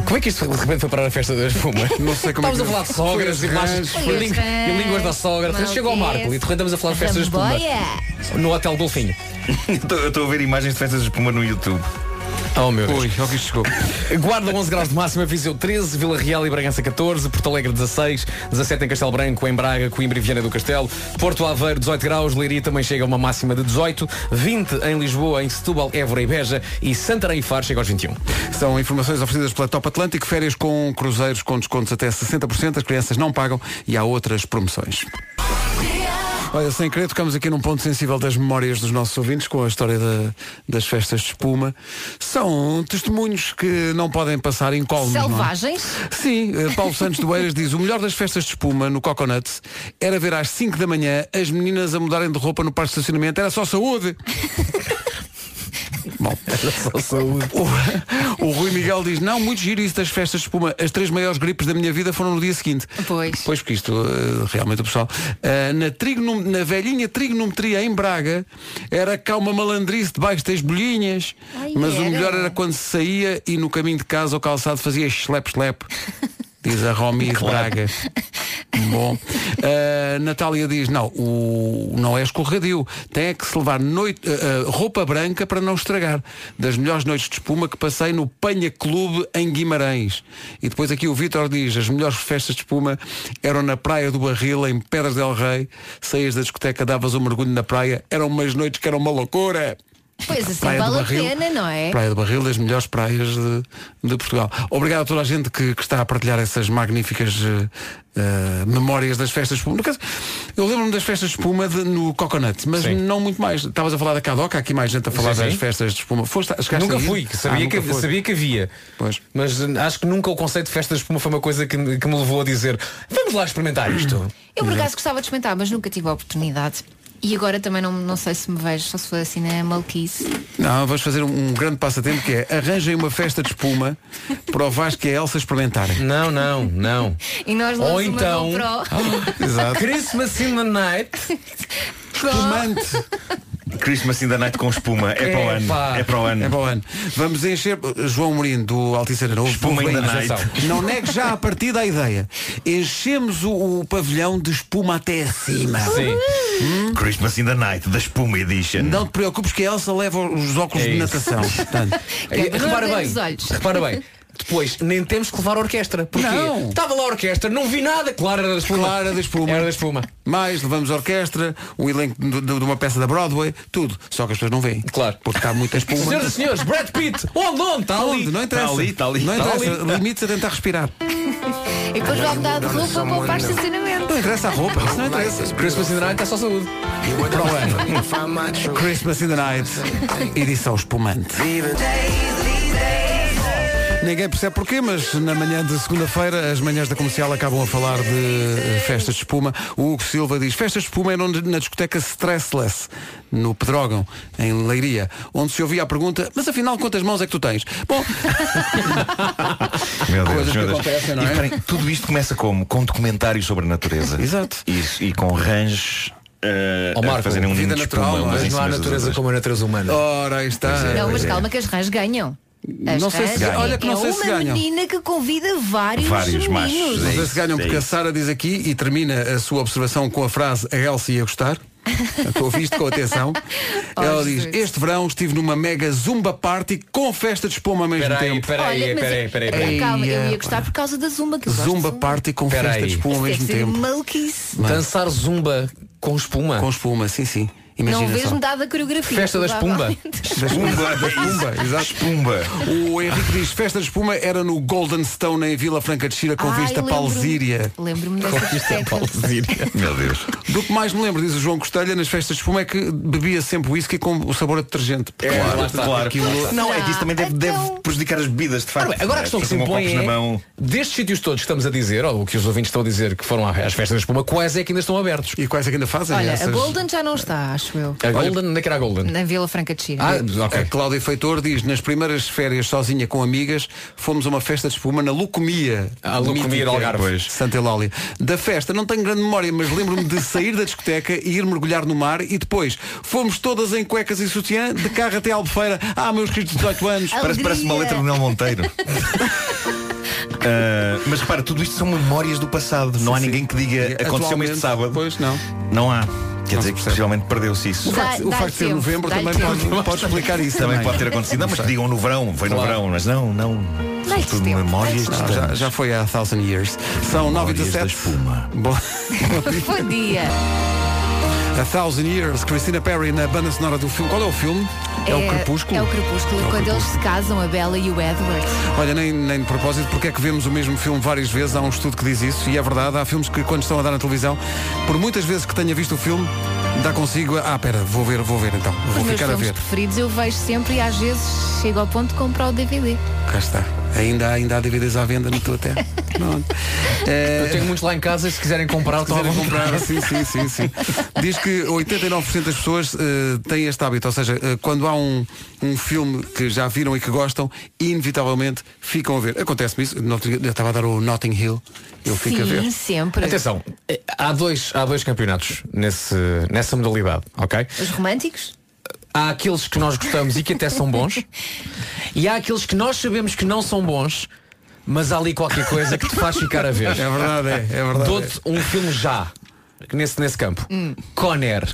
S6: Como é que isto de repente foi parar a festa da espuma?
S3: Não sei como é
S6: Estávamos
S3: que-
S6: a falar de sogras
S3: Foi
S6: e
S3: as
S6: imagens
S3: rãs,
S6: e,
S3: foi as
S6: lí-
S3: rãs,
S6: e línguas da sogra.
S1: maldito.
S6: Chegou ao Marco e de repente estamos a falar de festas de espuma.
S1: Ramboia.
S6: No Hotel Golfinho.
S13: Eu estou a ver imagens de festas de espuma no YouTube.
S6: Oh meu Deus.
S3: Ui, olha que isto chegou.
S6: Guarda 11 graus de máxima, Viseu 13, Vila Real e Bragança 14, Porto Alegre 16, 17 em Castelo Branco, em Braga, Coimbra e Viana do Castelo, Porto Aveiro 18 graus, Leiria também chega a uma máxima de 18, 20 em Lisboa, em Setúbal, Évora e Beja e Santarém e um. Faro chega aos 21.
S3: São informações oferecidas pela Top Atlântico, férias com cruzeiros com descontos até 60%, as crianças não pagam e há outras promoções. Olha, sem querer, tocamos aqui num ponto sensível das memórias dos nossos ouvintes com a história da- das festas de espuma. São testemunhos que não podem passar incólumes. não é?
S1: Selvagens?
S3: Sim, eh, Paulo Santos do Eiras diz o melhor das festas de espuma no Coconuts era ver às 5 da manhã as meninas a mudarem de roupa no parque de estacionamento. Era só saúde. Mal. O, o Rui Miguel diz, não, muito giro isso das festas de espuma. As três maiores gripes da minha vida foram no dia seguinte.
S1: Pois.
S3: Pois, porque isto, eh, realmente, o pessoal. eh, na, trigonom- na velhinha trigonometria em Braga, era cá uma malandrice debaixo das bolhinhas.
S1: Ai,
S3: mas
S1: era.
S3: o melhor era quando se saía e no caminho de casa o calçado fazia schlep-schlep. Diz a Romi de Braga. Bom, a Natália diz, não, o, não é escorregadio, tem é que se levar noite- eh, eh, roupa branca para não estragar. Das melhores noites de espuma que passei no Panha Clube em Guimarães. E depois aqui o Vítor diz, as melhores festas de espuma eram na Praia do Barril, em Pedras del Rei, saías da discoteca, davas um mergulho na praia, eram umas noites que eram uma loucura.
S1: Pois assim
S3: Praia do
S1: vale a
S3: Barril.
S1: pena, não é?
S3: Praia do Barril, das melhores praias de, de Portugal. Obrigado a toda a gente que, que está a partilhar essas magníficas eh, eh, memórias das festas de espuma. No caso, eu lembro-me das festas de espuma de- no Coconut, mas não muito mais. Estavas a falar da Cadoca, há aqui mais gente a falar
S6: Sim, sim.
S3: das festas de espuma. Foste, chegaste
S6: Nunca
S3: a ir?
S6: fui, que sabia,
S3: Ah, nunca
S6: que,
S3: foste.
S6: sabia que havia. Mas hum, acho que nunca o conceito de festa de espuma foi uma coisa que, me- que me levou a dizer vamos lá experimentar isto.
S1: Eu por acaso gostava de experimentar, mas nunca tive a oportunidade. E agora também não, não sei se me vejo, só se for assim na maluquice.
S3: Não, vamos fazer um, um grande passatempo que é arranjem uma festa de espuma para o Vasco e a Elsa experimentarem.
S6: Não, não, não.
S1: E nós
S6: Ou
S1: lançamos
S6: então
S1: uma GoPro.
S6: Christmas in the night.
S3: Espumante.
S13: Christmas in the night com espuma. É para o ano. É para o ano.
S3: É para o ano. Vamos encher. João Mourinho, do Altice Arena. ouve-
S13: Espuma
S3: ouve
S13: in
S3: bem
S13: the
S3: isto.
S13: night.
S3: Não negue já a partir da ideia. Enchemos o, o pavilhão de espuma até acima.
S13: Christmas in the night, da espuma edition.
S3: Não te preocupes que a Elsa leva os óculos
S13: É
S3: de
S13: isso.
S3: natação. Portanto,
S6: E, É repara bem,
S1: É
S6: repara bem. Depois, nem temos que levar a orquestra. Porquê?
S3: Não.
S6: Estava lá a orquestra, não vi nada. Claro, era da espuma.
S3: Clara da espuma.
S6: Era da espuma.
S3: Mais, levamos a orquestra, o elenco de, de- de uma peça da Broadway, tudo. Só que as pessoas não veem. Claro. Porque está muita espuma.
S6: Senhoras e senhores, Brad Pitt, onde, onde? Está ali.
S3: Onde? Não interessa. Não interessa. Limites a tentar respirar.
S1: E depois vai mudar de roupa para poupar estacionamento.
S3: Não interessa a roupa, isso não interessa.
S6: Christmas in the night é só saúde.
S3: Para o ano. Christmas in the Night, edição espumante. Ninguém percebe porquê, mas na manhã de segunda-feira as manhãs da comercial acabam a falar de eh, festas de espuma. O Hugo Silva diz, festas de espuma eram na discoteca Stressless, no Pedrógão, em Leiria, onde se ouvia a pergunta, mas afinal quantas mãos é que tu tens? Bom,
S13: Meu Deus,
S3: Coisas que
S13: meu Deus.
S3: acontecem, não
S13: E
S3: é?
S13: reparem, tudo isto começa como? Com documentários sobre a natureza.
S3: Exato.
S13: E, e com ranges eh,
S6: Ó,
S13: a
S6: Marco,
S13: fazerem um ninho
S6: vida
S13: de
S6: natural,
S13: espuma.
S6: não é?
S13: umas em
S6: Não há
S13: cima das
S6: natureza
S13: outras.
S6: como a natureza humana.
S3: Ora, aí está.
S1: Não, mas calma que as rãs ganham. As
S3: É, Não sei
S1: rãs
S3: se-
S1: é-
S3: olha que não
S1: é
S3: sei
S1: uma
S3: se ganham.
S1: menina que convida vários, meninos.
S3: Não sei se ganham,
S13: é
S3: porque a Sara diz aqui e termina a sua observação com a frase a Elsa ia gostar. Tu ouviste com atenção.
S1: Oh,
S3: Ela
S1: Jesus.
S3: diz, este verão estive numa mega zumba party com festas de espuma ao mesmo
S6: Peraí,
S3: tempo.
S6: peraí, Olha, mas peraí, eu- peraí, peraí.
S1: Calma, eu
S3: Eia,
S1: ia gostar por causa da Zumba que eu gosto.
S3: Zumba party com
S6: Peraí.
S3: festas de espuma ao
S1: Isso deve
S3: mesmo
S1: ser
S3: tempo.
S1: maluquice.
S6: Dançar zumba com espuma.
S3: Com espuma, sim, sim. Imagina
S1: Não vês
S3: só.
S1: metade da coreografia.
S6: Festa da espuma.
S1: provavelmente.
S3: Da espuma, da espuma, exato.
S13: Espumba.
S3: O Henrique diz, festa de espuma era no Golden Stone em Vila Franca de Xira com
S1: Ah,
S3: vista
S1: eu
S3: para
S1: lembro-me-
S3: Alzíria.
S1: Lembro-me dessa discoteca.
S13: Meu Deus.
S3: Do que mais me lembro, diz o João Costelha, nas festas de espuma é que bebia sempre whisky com o sabor a detergente.
S13: Claro, claro.
S3: Aquilo-
S13: Não, é que isso também deve, deve prejudicar as bebidas, de facto.
S6: Ora bem, agora a questão que se
S13: Ficam com
S6: impõe
S13: copos na
S6: é,
S13: mão.
S6: destes sítios todos que estamos a dizer, ou que os ouvintes estão a dizer que foram às festas da espuma, quais é que ainda estão abertos?
S3: E quais é que ainda fazem?
S1: Olha, a Golden já não está, acho eu.
S6: A Golden, onde é que era a Golden?
S1: Na Vila Franca de Xira.
S6: Ah, ok.
S3: A Cláudia Feitor diz, nas primeiras férias sozinha com amigas, fomos a uma festa de espuma na Lucomia.
S6: A Lucomia
S3: Mítica,
S6: de Algarve. Pois.
S3: Santa Eulólia. Da festa, não tenho grande memória, mas lembro-me de sair da discoteca e ir mergulhar no mar e depois fomos todas em cuecas e sutiã, de carro até Albufeira. Ah, meus queridos 18 anos.
S1: Ah,
S13: Parece, parece uma letra do Nel Monteiro. Ah, mas repara, tudo isto são memórias do passado. Não há ninguém que diga aconteceu-me este
S3: Atualmente,
S13: sábado.
S3: Pois não.
S13: Não há. Quer dizer que possivelmente perdeu-se isso.
S3: O facto, o
S1: dá
S3: facto de ser
S1: tempo,
S3: novembro
S1: dá
S3: também
S1: tempo.
S3: pode, pode explicar isso.
S13: Também pode ter acontecido. Não, mas que digam no verão, foi no verão, mas não, não. São tudo memórias
S3: é Não, já, já foi há thousand years. São 9 e 17. Bom,
S1: Bom dia.
S3: é a thousand years, Christina Perry na banda sonora do filme. Qual é o filme? É, o Crepúsculo.
S1: É o Crepúsculo. quando eles se casam, a Bella e o Edward.
S3: Olha, nem, nem de propósito, porque é que vemos o mesmo filme várias vezes, há um estudo que diz isso, e é verdade, há filmes que quando estão a dar na televisão, por muitas vezes que tenha visto o filme, dá consigo. a- Ah, pera, vou ver, vou ver então.
S1: Os
S3: Vou
S1: meus
S3: ficar a
S1: filmes
S3: ver.
S1: preferidos eu vejo sempre e às vezes chego ao ponto de comprar o DVD.
S3: Cá está. Ainda, há- ainda há DVDs à venda na tua terra. Pronto.
S6: Eu tenho muitos lá em casa, se quiserem comprar, estão a
S3: quiserem
S6: comprar.
S3: comprar, sim, sim, sim, sim. Diz que 89% das pessoas eh, têm este hábito, ou seja, eh, quando há um, um filme que já viram e que gostam, inevitavelmente ficam a ver. Acontece-me isso, no outro dia eu estava a dar o Notting Hill, eu fico a ver.
S1: Sim, sempre.
S6: Atenção, eh, há dois, há dois campeonatos nesse, nessa modalidade, ok?
S1: Os românticos?
S6: Há aqueles que nós gostamos e que até são bons, e há aqueles que nós sabemos que não são bons, mas há ali qualquer coisa que te faz ficar a ver.
S3: É verdade, é, é verdade.
S6: Dou-te um filme já, nesse, nesse campo. Conair.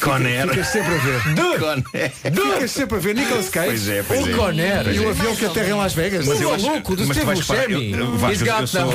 S3: Conair. Ficas sempre a ver.
S6: Dude.
S13: Conair.
S3: Ficas sempre a ver Nicolas Cage.
S13: Pois é, pois
S3: o
S13: é.
S3: Conair.
S13: Pois
S3: E o
S13: é.
S3: avião que aterra em Las Vegas.
S13: Mas
S3: o
S13: eu acho-
S3: maluco do
S13: mas tu
S3: Steve
S13: vais reparar, eu-
S3: Buscemi.
S13: eu- Vasco,
S3: He's
S13: eu
S3: got the
S6: Oh!
S13: sou-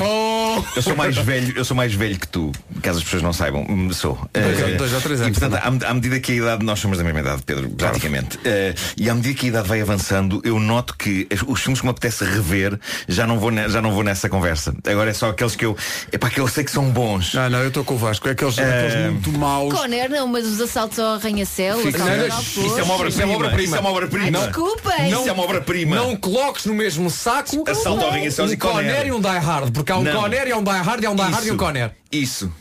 S3: whole-
S13: Eu sou mais velho, eu sou mais velho que tu, caso as pessoas não saibam, hum, sou.
S3: Dois-
S13: Eh,
S3: dois ou três
S13: E
S3: anos,
S13: portanto, à, à medida que a idade, nós somos da mesma idade, Pedro, praticamente. Eh, e à medida que a idade vai avançando, eu noto que as- os filmes que me apetece rever já não vou, ne- já não vou nessa conversa. Agora é só aqueles que eu. É para que eu sei que são bons.
S3: Não, não, eu estou com o Vasco. É aqueles,
S13: Ehm,
S3: aqueles muito maus.
S1: Conner não, mas os assaltos ao arranha-céu.
S3: Fica-
S1: assaltos
S3: Não,
S1: ao
S3: isso é
S1: posto.
S13: uma obra- isso é uma obra-prima. Isso é uma obra-prima.
S1: Ai,
S13: Não.
S1: Desculpem.
S13: Isso é uma obra-prima.
S6: Não coloques no mesmo saco
S13: Assalto ao Rinha Céus
S6: um
S13: e Conair.
S6: Conair e um Die Hard, porque há um
S13: Não.
S6: Conair e há um Die Hard e há um Die Hard e um
S13: Isso.
S6: Conair.
S13: Isso.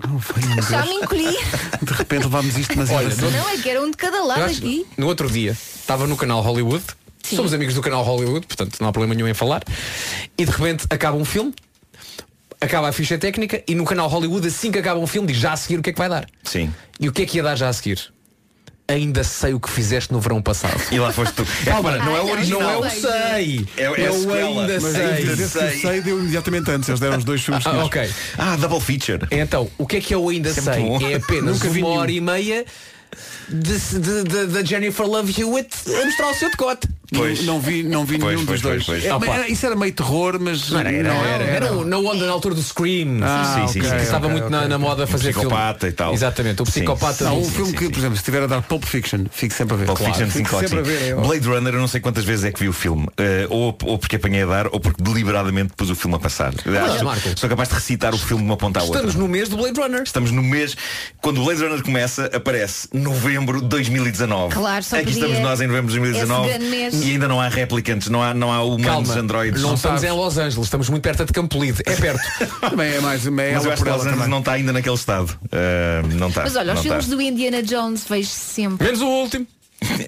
S1: Já me encolhi.
S3: De repente levámos isto, mas
S6: Olha,
S3: ainda-
S1: Não, é que era um de cada lado
S6: Eu acho-
S1: aqui.
S6: No outro dia, estava no canal Hollywood.
S1: Sim.
S6: Somos amigos do canal Hollywood, portanto não há problema nenhum em falar. E de repente acaba um filme, acaba a ficha técnica e no canal Hollywood, assim que acaba um filme, diz já a seguir o que é que vai dar.
S13: Sim.
S6: E o que é que ia dar já a seguir? Ainda sei o que fizeste no verão passado.
S13: E lá foste tu.
S6: Calma,
S13: Ai,
S6: não é o
S13: não,
S6: original.
S13: não
S6: Não é o
S13: vejo.
S6: sei.
S13: É- é a
S6: o
S13: sequela.
S6: ainda
S13: Mas é
S6: sei.
S13: ainda
S3: Esse que é, sei deu imediatamente antes. Eles deram os dois filmes.
S6: Ah,
S3: seguintes.
S6: ok.
S13: Ah, double feature.
S6: Então, o que é que eu ainda
S3: Isso é
S6: sei?
S3: muito bom.
S6: É apenas
S3: Nunca vi
S6: uma
S3: nenhum.
S6: hora e meia de- de- de- da Jennifer Love Hewitt a mostrar o seu decote.
S13: Pois.
S3: Não, não vi, não vi
S13: Pois,
S3: nenhum
S13: pois,
S3: dos dois.
S13: pois, pois.
S3: É,
S6: Ah,
S3: mas
S6: pá.
S3: era- isso era meio terror, mas não
S13: era,
S6: Era, era o na onda na altura do Scream.
S3: Ah,
S6: Sim, sim, sim,
S3: ok,
S6: sim. Estava
S3: ok,
S6: muito na,
S3: ok, Um
S6: na
S3: ok.
S6: moda fazer filme.
S13: Psicopata e tal.
S6: Exatamente, o
S13: Sim,
S6: psicopata.
S3: Há
S6: do-
S3: um filme que, por exemplo, se estiver a dar Pulp Fiction, fico sempre a ver.
S13: Pulp Fiction, sim,
S3: fico
S13: claro É que
S3: sempre a
S13: sim.
S3: ver. é ótimo.
S13: Blade Runner, eu não sei quantas vezes é que vi o filme. Eh, ou, ou porque apanhei a dar, ou porque deliberadamente pus o filme a passar. Acho-
S6: Marco.
S13: sou capaz de recitar o filme de uma
S3: é
S13: ponta à outra.
S6: Estamos no mês do Blade Runner.
S13: Estamos no mês. Quando o Blade Runner começa, aparece novembro de 2019.
S1: Claro, só
S13: Aqui
S1: podia
S13: estamos nós em novembro de
S1: esse
S13: 2019
S1: grande mês.
S13: e ainda não há replicantes, não há, não há humanos
S6: Calma,
S13: androides.
S6: não estamos em Los Angeles, estamos muito perto de Campolide. É perto.
S3: Também é mais uma
S13: Mas eu
S3: ela
S13: acho
S3: por
S13: que Los
S3: ela
S13: Angeles
S3: também.
S13: não está ainda naquele estado. Eh, não está.
S1: Mas olha,
S3: tá.
S13: não
S1: os filmes
S13: está.
S1: do Indiana Jones vejo sempre.
S6: Menos o último.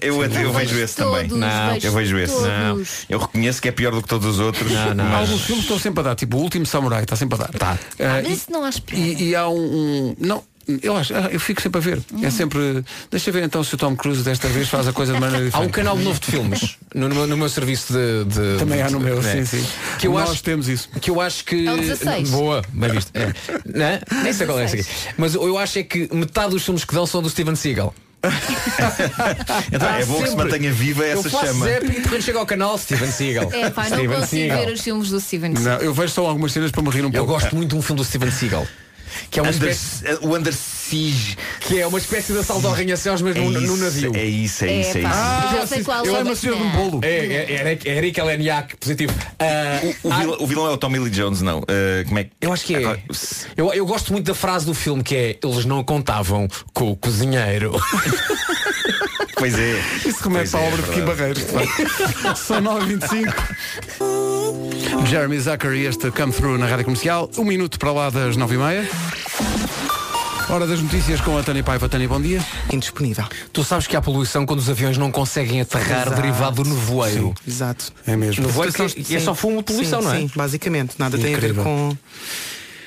S13: Eu, até- eu vejo esse também.
S1: Todos,
S6: Não,
S13: Eu vejo esse.
S1: todos.
S13: Eu reconheço que é pior do que todos os outros. mas-
S3: Alguns filmes estão sempre a dar, tipo o último samurai está sempre a dar. Tá.
S1: Mas isso não acho piada.
S3: E, e há um, um- Não, eu acho, ah, eu fico sempre a ver. É sempre. Deixa eu ver então se o Tom Cruise desta vez faz a coisa de maneira
S6: Há
S3: diferente.
S6: um canal novo de filmes no, no meu- no meu serviço de, de-
S3: Também há no meu, sim,
S6: né?
S3: sim.
S6: Que eu
S3: Nós
S6: acho,
S3: temos isso.
S6: Que eu acho que.
S1: É o 16.
S6: Boa, bem visto. É. Né? Nem sei qual é esse aqui. Mas eu acho é que metade dos filmes que dão são do Steven Seagal.
S13: Então,
S6: Há
S13: é bom que se
S6: sempre.
S13: mantenha viva
S6: Eu
S13: essa
S6: faço
S13: chama.
S6: zap e de repente chega ao canal Steven Seagal.
S1: É pá, não
S6: Steven
S1: consigo
S6: Seagal.
S1: ver os filmes do Steven Seagal.
S3: Não, eu vejo só algumas cenas para me rir um
S6: Eu
S3: pouco.
S6: gosto muito de um filme do Steven Seagal. Que é uma,
S13: Under-
S6: espécie,
S13: o Under Siege.
S6: que é uma espécie de assalto ao arranha-céus, mas
S13: É
S6: num, num
S13: isso,
S6: navio. Assim,
S13: É isso, é isso, é isso.
S1: pá,
S3: Ah,
S1: já sei qual
S3: eu
S1: é.
S3: lembro-me de um
S1: Não.
S3: bolo.
S6: É, é, é, Eric- é Eric Aleniak, positivo. Ah,
S13: O,
S6: há-
S13: vilão, o vilão é o Tommy Lee Jones, não. Eh, como é que.
S6: Eu acho que é.
S13: Agora,
S6: Eu, eu gosto muito da frase do filme que é eles não contavam com o cozinheiro.
S13: Pois é.
S3: Isso remete à
S13: Pois é,
S3: obra de
S13: é
S3: Kim
S13: verdade.
S3: Barreiros. de facto. São 9h25. Jeremy Zachary, este Come Through na Rádio Comercial. Um minuto para lá das 9h30. Hora das notícias com a Tânia Paiva. Tânia, bom dia.
S12: Indisponível.
S6: Tu sabes que há poluição quando os aviões não conseguem aterrar
S12: Exato.
S6: derivado do nevoeiro.
S12: Exato.
S3: É mesmo.
S6: Nevoeiro que,
S12: Situações-
S6: que é
S12: sim,
S6: só fumo de poluição,
S12: sim,
S6: não é?
S12: Sim, basicamente. Nada tem a ver
S3: Incrível.
S12: com,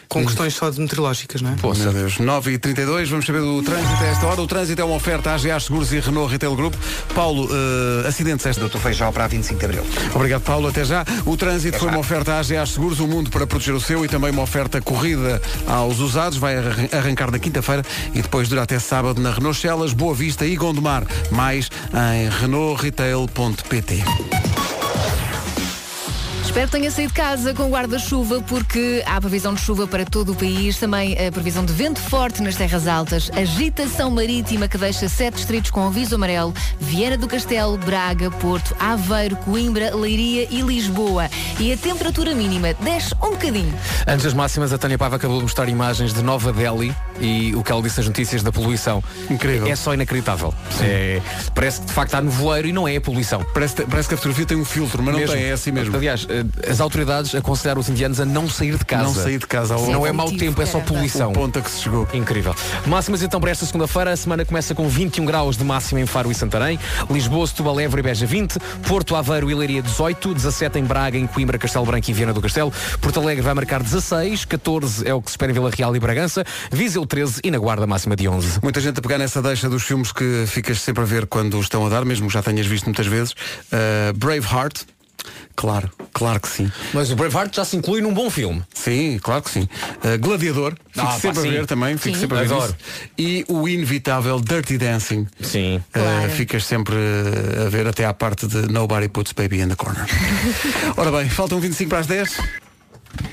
S12: com questões só de meteorológicas, não é?
S3: Meu Deus. 9h32, vamos saber do trânsito a esta hora. O trânsito é uma oferta à AGA Seguros e Renault Retail Group. Paulo, eh, acidentes esta.
S2: Doutor Feijó para a 25 de Abril.
S3: Obrigado, Paulo. Até já. O trânsito foi uma oferta à AGA Seguros, o mundo para proteger o seu e também uma oferta corrida aos usados. Vai arran- arrancar na quinta-feira e depois dura até sábado na Renault Celas, Boa Vista e Gondomar. Mais em renaultretail.pt.
S1: Espero que tenha saído de casa com guarda-chuva, porque há previsão de chuva para todo o país, também a previsão de vento forte nas terras altas, agitação marítima que deixa sete distritos com aviso amarelo, Viana do Castelo, Braga, Porto, Aveiro, Coimbra, Leiria e Lisboa. E a temperatura mínima desce um bocadinho.
S6: Antes das máximas, a Tânia Paiva acabou de mostrar imagens de Nova Delhi e o que ela disse nas notícias da poluição. Incrível. É só inacreditável. É- parece que de facto há nevoeiro e não é a poluição.
S3: Parece, parece que a fotografia tem um filtro, mas não tem, é assim mesmo.
S6: Aliás, eh, as autoridades aconselharam os indianos a não sair de casa.
S3: Não sair de casa. ao-
S6: Não é mau tempo, é só poluição.
S3: O ponto a que se chegou.
S6: Incrível. Máximas então para esta segunda-feira. A semana começa com 21 graus de máxima em Faro e Santarém. Lisboa, Setúbal, Évora e Beja 20. Porto, Aveiro e Leiria 18. 17 em Braga, em Coimbra, Castelo Branco e Viana do Castelo. Porto Alegre vai marcar 16. 14 é o que se espera em Vila Real e Bragança. Viseu 13 e na Guarda máxima de 11.
S3: Muita gente a pegar nessa deixa dos filmes que ficas sempre a ver quando estão a dar, mesmo que já tenhas visto muitas vezes. Uh, Braveheart. Claro, claro que sim.
S6: Mas o Braveheart já se inclui num bom filme.
S3: Sim, claro que sim. Uh, Gladiador, fico
S6: Ah, pá,
S3: sempre
S6: sim.
S3: a ver também, fico
S6: Sim.
S3: sempre a ver.
S6: Adoro.
S3: isso. E o inevitável Dirty Dancing. Uh,
S6: Sim.
S3: Ficas sempre uh, a ver até à parte de Nobody Puts Baby in the Corner. Ora bem, faltam 25 para as 10.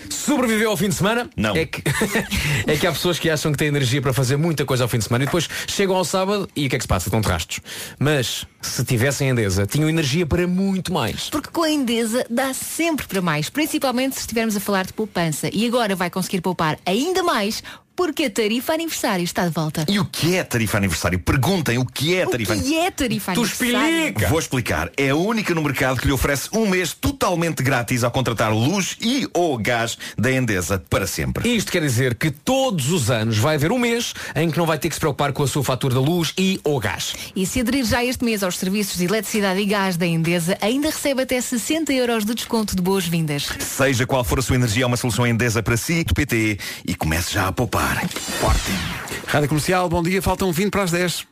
S6: Sobreviveu ao fim de semana? Não. É que, é que há pessoas que acham que têm energia para fazer muita coisa ao fim de semana e depois chegam ao sábado e o que é que se passa? Estão de rastos. Mas se tivessem endeza, tinham energia para muito mais.
S1: Porque com a Endesa dá sempre para mais, principalmente se estivermos a falar de poupança. E agora vai conseguir poupar ainda mais, porque a tarifa aniversário está de volta.
S13: E o que é tarifa aniversário? Perguntem o que é tarifa
S1: E é tarifa aniversário.
S13: Vou explicar. É a única no mercado que lhe oferece um mês totalmente grátis ao contratar luz e ou gás da Endesa para sempre.
S6: Isto quer dizer que todos os anos vai haver um mês em que não vai ter que se preocupar com a sua fatura da luz e ou gás.
S1: E se aderir já este mês aos serviços de eletricidade e gás da Endesa, ainda recebe até 60 euros de desconto de boas-vindas.
S13: Seja qual for a sua energia, há uma solução Endesa para si, do PT, e comece já a poupar. Forte.
S3: Rádio Comercial, bom dia, faltam 20 para as 10.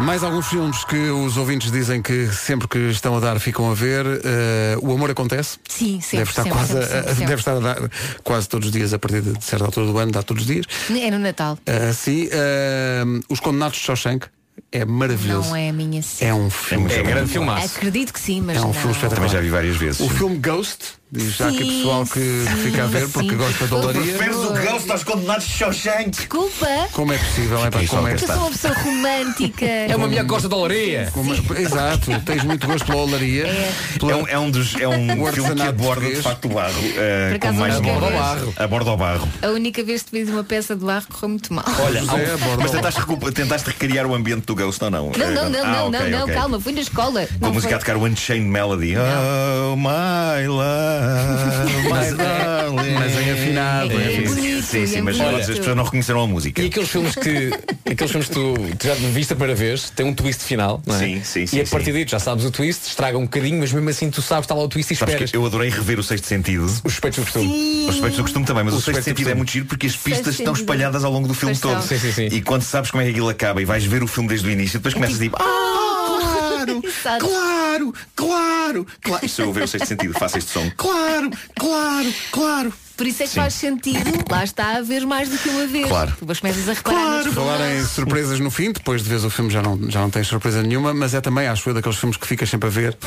S3: Mais alguns filmes que os ouvintes dizem que sempre que estão a dar ficam a ver. Eh, o amor acontece?
S1: Sim, sempre,
S3: Deve estar,
S1: sempre,
S3: quase, a-
S1: sempre, sempre, sempre.
S3: Deve estar a dar quase todos os dias, a partir de certa altura do ano, dá todos os dias.
S1: É no Natal.
S3: Eh, sim, eh, Os Condenados de Shawshank é maravilhoso.
S1: Não é a minha cena.
S3: É um filme.
S13: É grande
S1: Acredito que sim, mas
S3: É um
S1: não.
S3: filme espetacular.
S13: Também já vi várias vezes.
S3: O filme Ghost, diz já aqui
S1: Sim,
S3: pessoal que
S1: sim,
S3: fica a ver porque
S1: sim.
S3: gosta de olaria.
S1: Preferes o Ghost
S13: aos Condenados de Shawshank?
S1: Desculpa,
S3: Como é possível? É, pá, como é
S1: que eu sou uma pessoa romântica.
S6: É uma mulher que gosta de olaria.
S3: Como- Exato, tens muito gosto pela olaria.
S13: É um, é um dos, é um
S3: O
S13: filme
S3: artesanato
S13: que aborda de
S3: português.
S13: facto o barro. eh,
S1: Por
S13: com
S1: acaso
S13: mais
S1: não
S13: bordas.
S1: quero
S13: Aborda o barro.
S1: A única vez que fiz uma peça de barro correu muito mal.
S13: Olha, há um- mas tentaste, recu- tentaste recriar o ambiente do Ghost, não, não?
S1: Não, não,
S13: Eh,
S1: não,
S13: ah,
S1: não,
S13: ok,
S1: não, não,
S13: ok.
S1: calma, fui na escola.
S13: Com a
S1: Não
S13: música a
S1: foi.
S13: tocar o Unchained Melody. Oh, my love.
S6: Mas-
S13: mas em afinado.
S6: É bonito,
S13: sim, sim,
S6: é
S13: mas
S6: bonito.
S13: olha, as pessoas não reconheceram a música.
S6: E aqueles filmes que aqueles filmes que tu, tu já viste a primeira vez, tem um twist final, não é?
S13: Sim, sim, sim,
S6: E a
S13: sim.
S6: partir daí tu já sabes o twist, estraga um bocadinho, mas mesmo assim tu sabes, está lá o twist e
S13: Sabes
S6: esperas.
S13: que eu adorei rever o Sexto Sentido. Os
S6: suspeitos do costume. Sim.
S13: Os suspeitos do costume também, mas
S6: Os
S13: o Sexto
S6: Suspeitos do
S13: Sentido é
S6: Costume.
S13: muito giro porque as
S6: Sexto
S13: pistas estão
S6: Sentido.
S13: espalhadas ao longo do filme
S6: Pois
S13: todo.
S6: são. Sim, sim, sim.
S13: E quando sabes como é que aquilo acaba e vais ver o filme desde o início, depois começas tipo. "Ah,
S5: Claro,
S3: claro, claro, claro.
S13: Isto eu ver o Sexto Sentido, faça este som.
S3: Claro, claro, claro.
S1: Por isso é que
S13: Sim.
S1: faz sentido, lá está, a ver mais do que uma vez.
S3: Claro.
S1: Tu depois começas a reparar nos
S3: Falar em
S1: pormenores.
S3: surpresas no fim, depois de vez o filme já não, já não tens surpresa nenhuma, mas é também, acho eu, daqueles filmes que ficas sempre a ver.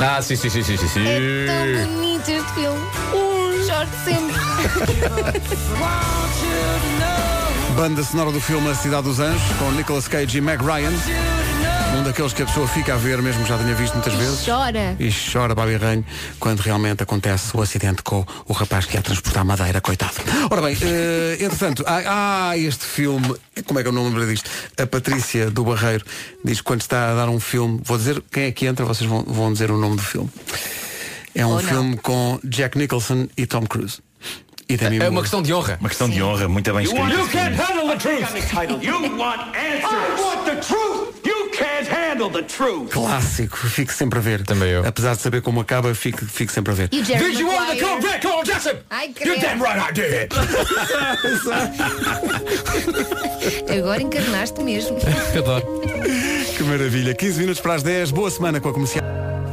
S6: Ah, sim, sim, sim, sim, sim. sim.
S1: É
S6: É
S1: Tão bonito este filme. Um Jorge sempre.
S3: Banda sonora do filme A Cidade dos Anjos, com Nicolas Cage e Meg Ryan. Um daqueles que a pessoa fica a ver, mesmo que já tenha visto muitas vezes.
S1: Chora.
S3: E chora Babi Ranho quando realmente acontece o acidente com o rapaz que ia transportar madeira, coitado. Ora bem, eh, entretanto, há, há este filme, como é que eu não me lembro disto? A Patrícia do Barreiro diz que quando está a dar um filme, vou dizer quem é que entra, vocês vão, vão dizer o nome do filme. É um
S13: Ou não.
S3: filme com Jack Nicholson e Tom Cruise. E Demi
S13: É uma
S3: Moore.
S6: questão de honra.
S13: Uma questão de honra, muito bem escrito.
S6: handle the
S15: truth. You want answers. I want the truth. You can't handle the truth.
S3: Clássico, fico sempre a ver. Também eu. Apesar de saber como acaba, fico, fico sempre a ver.
S15: You
S5: Jerry
S15: did you
S6: é.
S15: order the
S5: Maguire.
S15: cold red corn, Jackson?
S5: Ai,
S15: You're
S5: credo.
S15: damn right I did.
S1: Agora encarnaste mesmo.
S3: Que maravilha. 15 minutos para as 10. Boa semana com a comercial.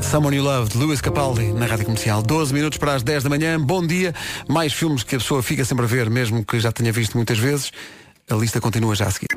S3: Someone You Love, de Lewis Capaldi, na Rádio Comercial. 12 minutos para as 10 da manhã. Bom dia. Mais filmes que a pessoa fica sempre a ver, mesmo que já tenha visto muitas vezes. A lista continua já a seguir.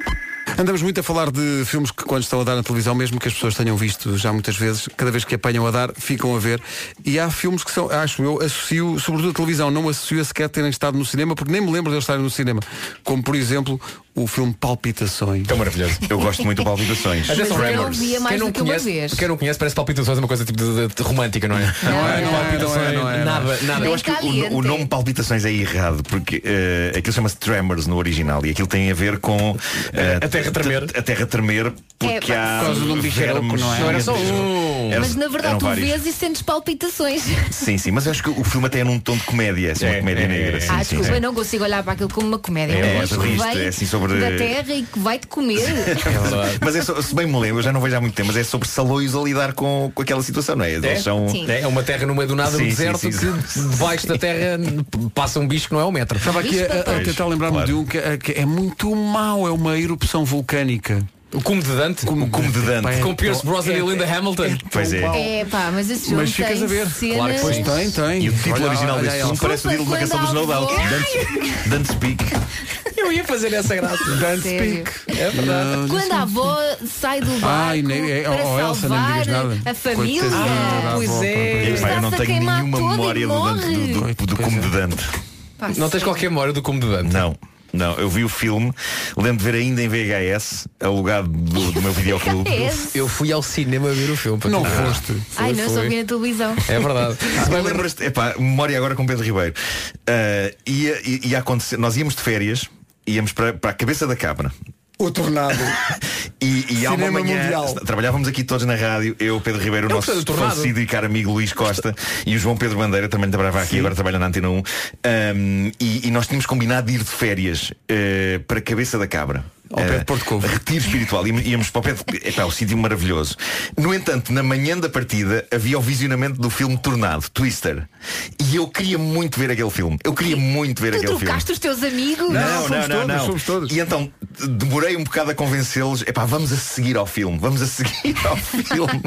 S3: Andamos muito a falar de filmes que quando estão a dar na televisão, mesmo que as pessoas tenham visto já muitas vezes, cada vez que apanham a dar, ficam a ver. E há filmes que são, acho eu, associo, sobretudo a televisão, não associo a sequer terem estado no cinema, porque nem me lembro de eles estarem no cinema. Como, por exemplo, o filme Palpitações.
S13: É maravilhoso. Eu gosto muito de palpitações.
S6: Atenção,
S1: Mas eu
S6: Tremors.
S1: via mais
S6: quem não
S1: do que uma
S6: conhece,
S1: vez.
S6: Quem não conhece parece palpitações é uma coisa tipo de, de- de romântica, não é?
S13: Não
S6: é, não é,
S13: palpitações,
S6: não é, não é. Nada, nada.
S13: Eu acho que o, o nome palpitações é errado, porque eh, aquilo chama-se Tremors no original e aquilo tem a ver com eh,
S6: A terra tremer.
S13: A terra tremer porque
S1: É,
S13: há
S1: por causa de um
S6: bicharoco,
S13: vermes
S6: não é? Não era só
S13: gigantescos.
S6: um.
S13: Eram-
S1: Mas na verdade
S13: É, eram
S1: tu
S13: vários.
S1: vês e sentes palpitações.
S13: Sim, sim, mas eu acho que o filme até é num tom de comédia, assim, uma comédia negra. sim,
S1: ah,
S13: sim,
S1: desculpa,
S13: sim.
S1: eu não consigo olhar para aquilo como uma comédia.
S13: É,
S1: Isto
S13: é triste,
S1: vem
S13: é assim sobre-
S1: da terra e que vai-te comer.
S13: mas é so- se bem me lembro, eu já não vejo há muito tempo, mas é sobre salões a lidar com, com aquela situação, não é?
S6: É?
S13: Eles são.
S6: É, é uma terra no meio do nada,
S13: Sim,
S6: um
S13: sim,
S6: deserto
S13: sim,
S6: que debaixo da terra passa um bicho que não é um metro.
S3: Estava aqui a, a- a tentar lembrar-me de um que, a- que é muito mau, é uma erupção vulcânica.
S6: O Cume de Dante?
S13: Um
S3: O Cume de
S6: Dante. Com Pierce Brosnan e Linda Hamilton.
S13: Pois é.
S1: É pá, mas esse filme
S3: Mas ficas
S1: tem
S3: a ver.
S1: cenas...
S3: Pois tem, tem.
S13: E o título
S3: Olha,
S13: original
S3: olha
S13: desse
S3: ela.
S13: filme parece o título de uma canção dos No Doubt.
S1: Ai!
S13: Dance, Dance Peak.
S6: Eu ia fazer essa graça.
S3: Dance
S1: Sério.
S3: Peak. É verdade.
S1: Quando a avó sai do barco
S3: Ai, nem- é-
S1: para
S3: oh, Elsa, nem me
S1: salvar
S3: digas nada.
S1: a família.
S3: Coitadinha da avó,
S1: pois
S13: Epá,
S1: é.
S13: eu não
S1: Está-se a
S13: tenho
S1: queimar
S13: nenhuma
S1: todo e
S13: memória do, Dante,
S1: morre.
S13: do, do, do
S3: é.
S13: Cume de Dante.
S1: Pá,
S6: Não tens
S1: sério.
S6: qualquer memória do Cume de Dante?
S13: Não. Não, eu vi o filme, lembro de ver ainda em VHS, alugado do,
S1: É
S13: do meu videoclube.
S1: VHS?
S6: Eu fui ao cinema ver o filme.
S3: Não
S6: Patrícia.
S3: foste.
S1: Ai,
S6: Foi,
S1: não, só
S6: foi.
S1: vi na televisão.
S6: É verdade.
S13: Se bem lembras epá, memória agora com Pedro Ribeiro. Ah, ia, ia- ia acontecer, nós íamos de férias, íamos para, para a cabeça da cabra.
S3: O tornado.
S13: E, e há uma
S3: Cinema
S13: manhã,
S3: Mundial.
S13: trabalhávamos aqui todos na rádio, eu, Pedro Ribeiro, o
S6: Eu
S13: nosso
S6: gostei do Tornado.
S13: falecido e caro amigo Luís Costa e o João Pedro Bandeira também trabalhava aqui, agora trabalha na Antena 1. Ahm, e, e nós tínhamos combinado de ir de férias eh, para Cabeça da Cabra.
S3: Ao pé de Porto Covo.
S13: Eh, Retiro espiritual. Íamos- Íamos para o pé de... Epá, o sítio maravilhoso. No entanto, na manhã da partida havia o visionamento do filme Tornado, Twister. E eu queria muito ver aquele filme. Eu queria muito ver
S1: Tu
S13: aquele filme.
S1: trocaste os teus amigos?
S3: somos
S13: Não, não, não,
S3: todos,
S13: não.
S3: somos todos.
S13: E então demorei um bocado a convencê-los, epá, vamos a seguir ao filme, vamos a seguir ao filme.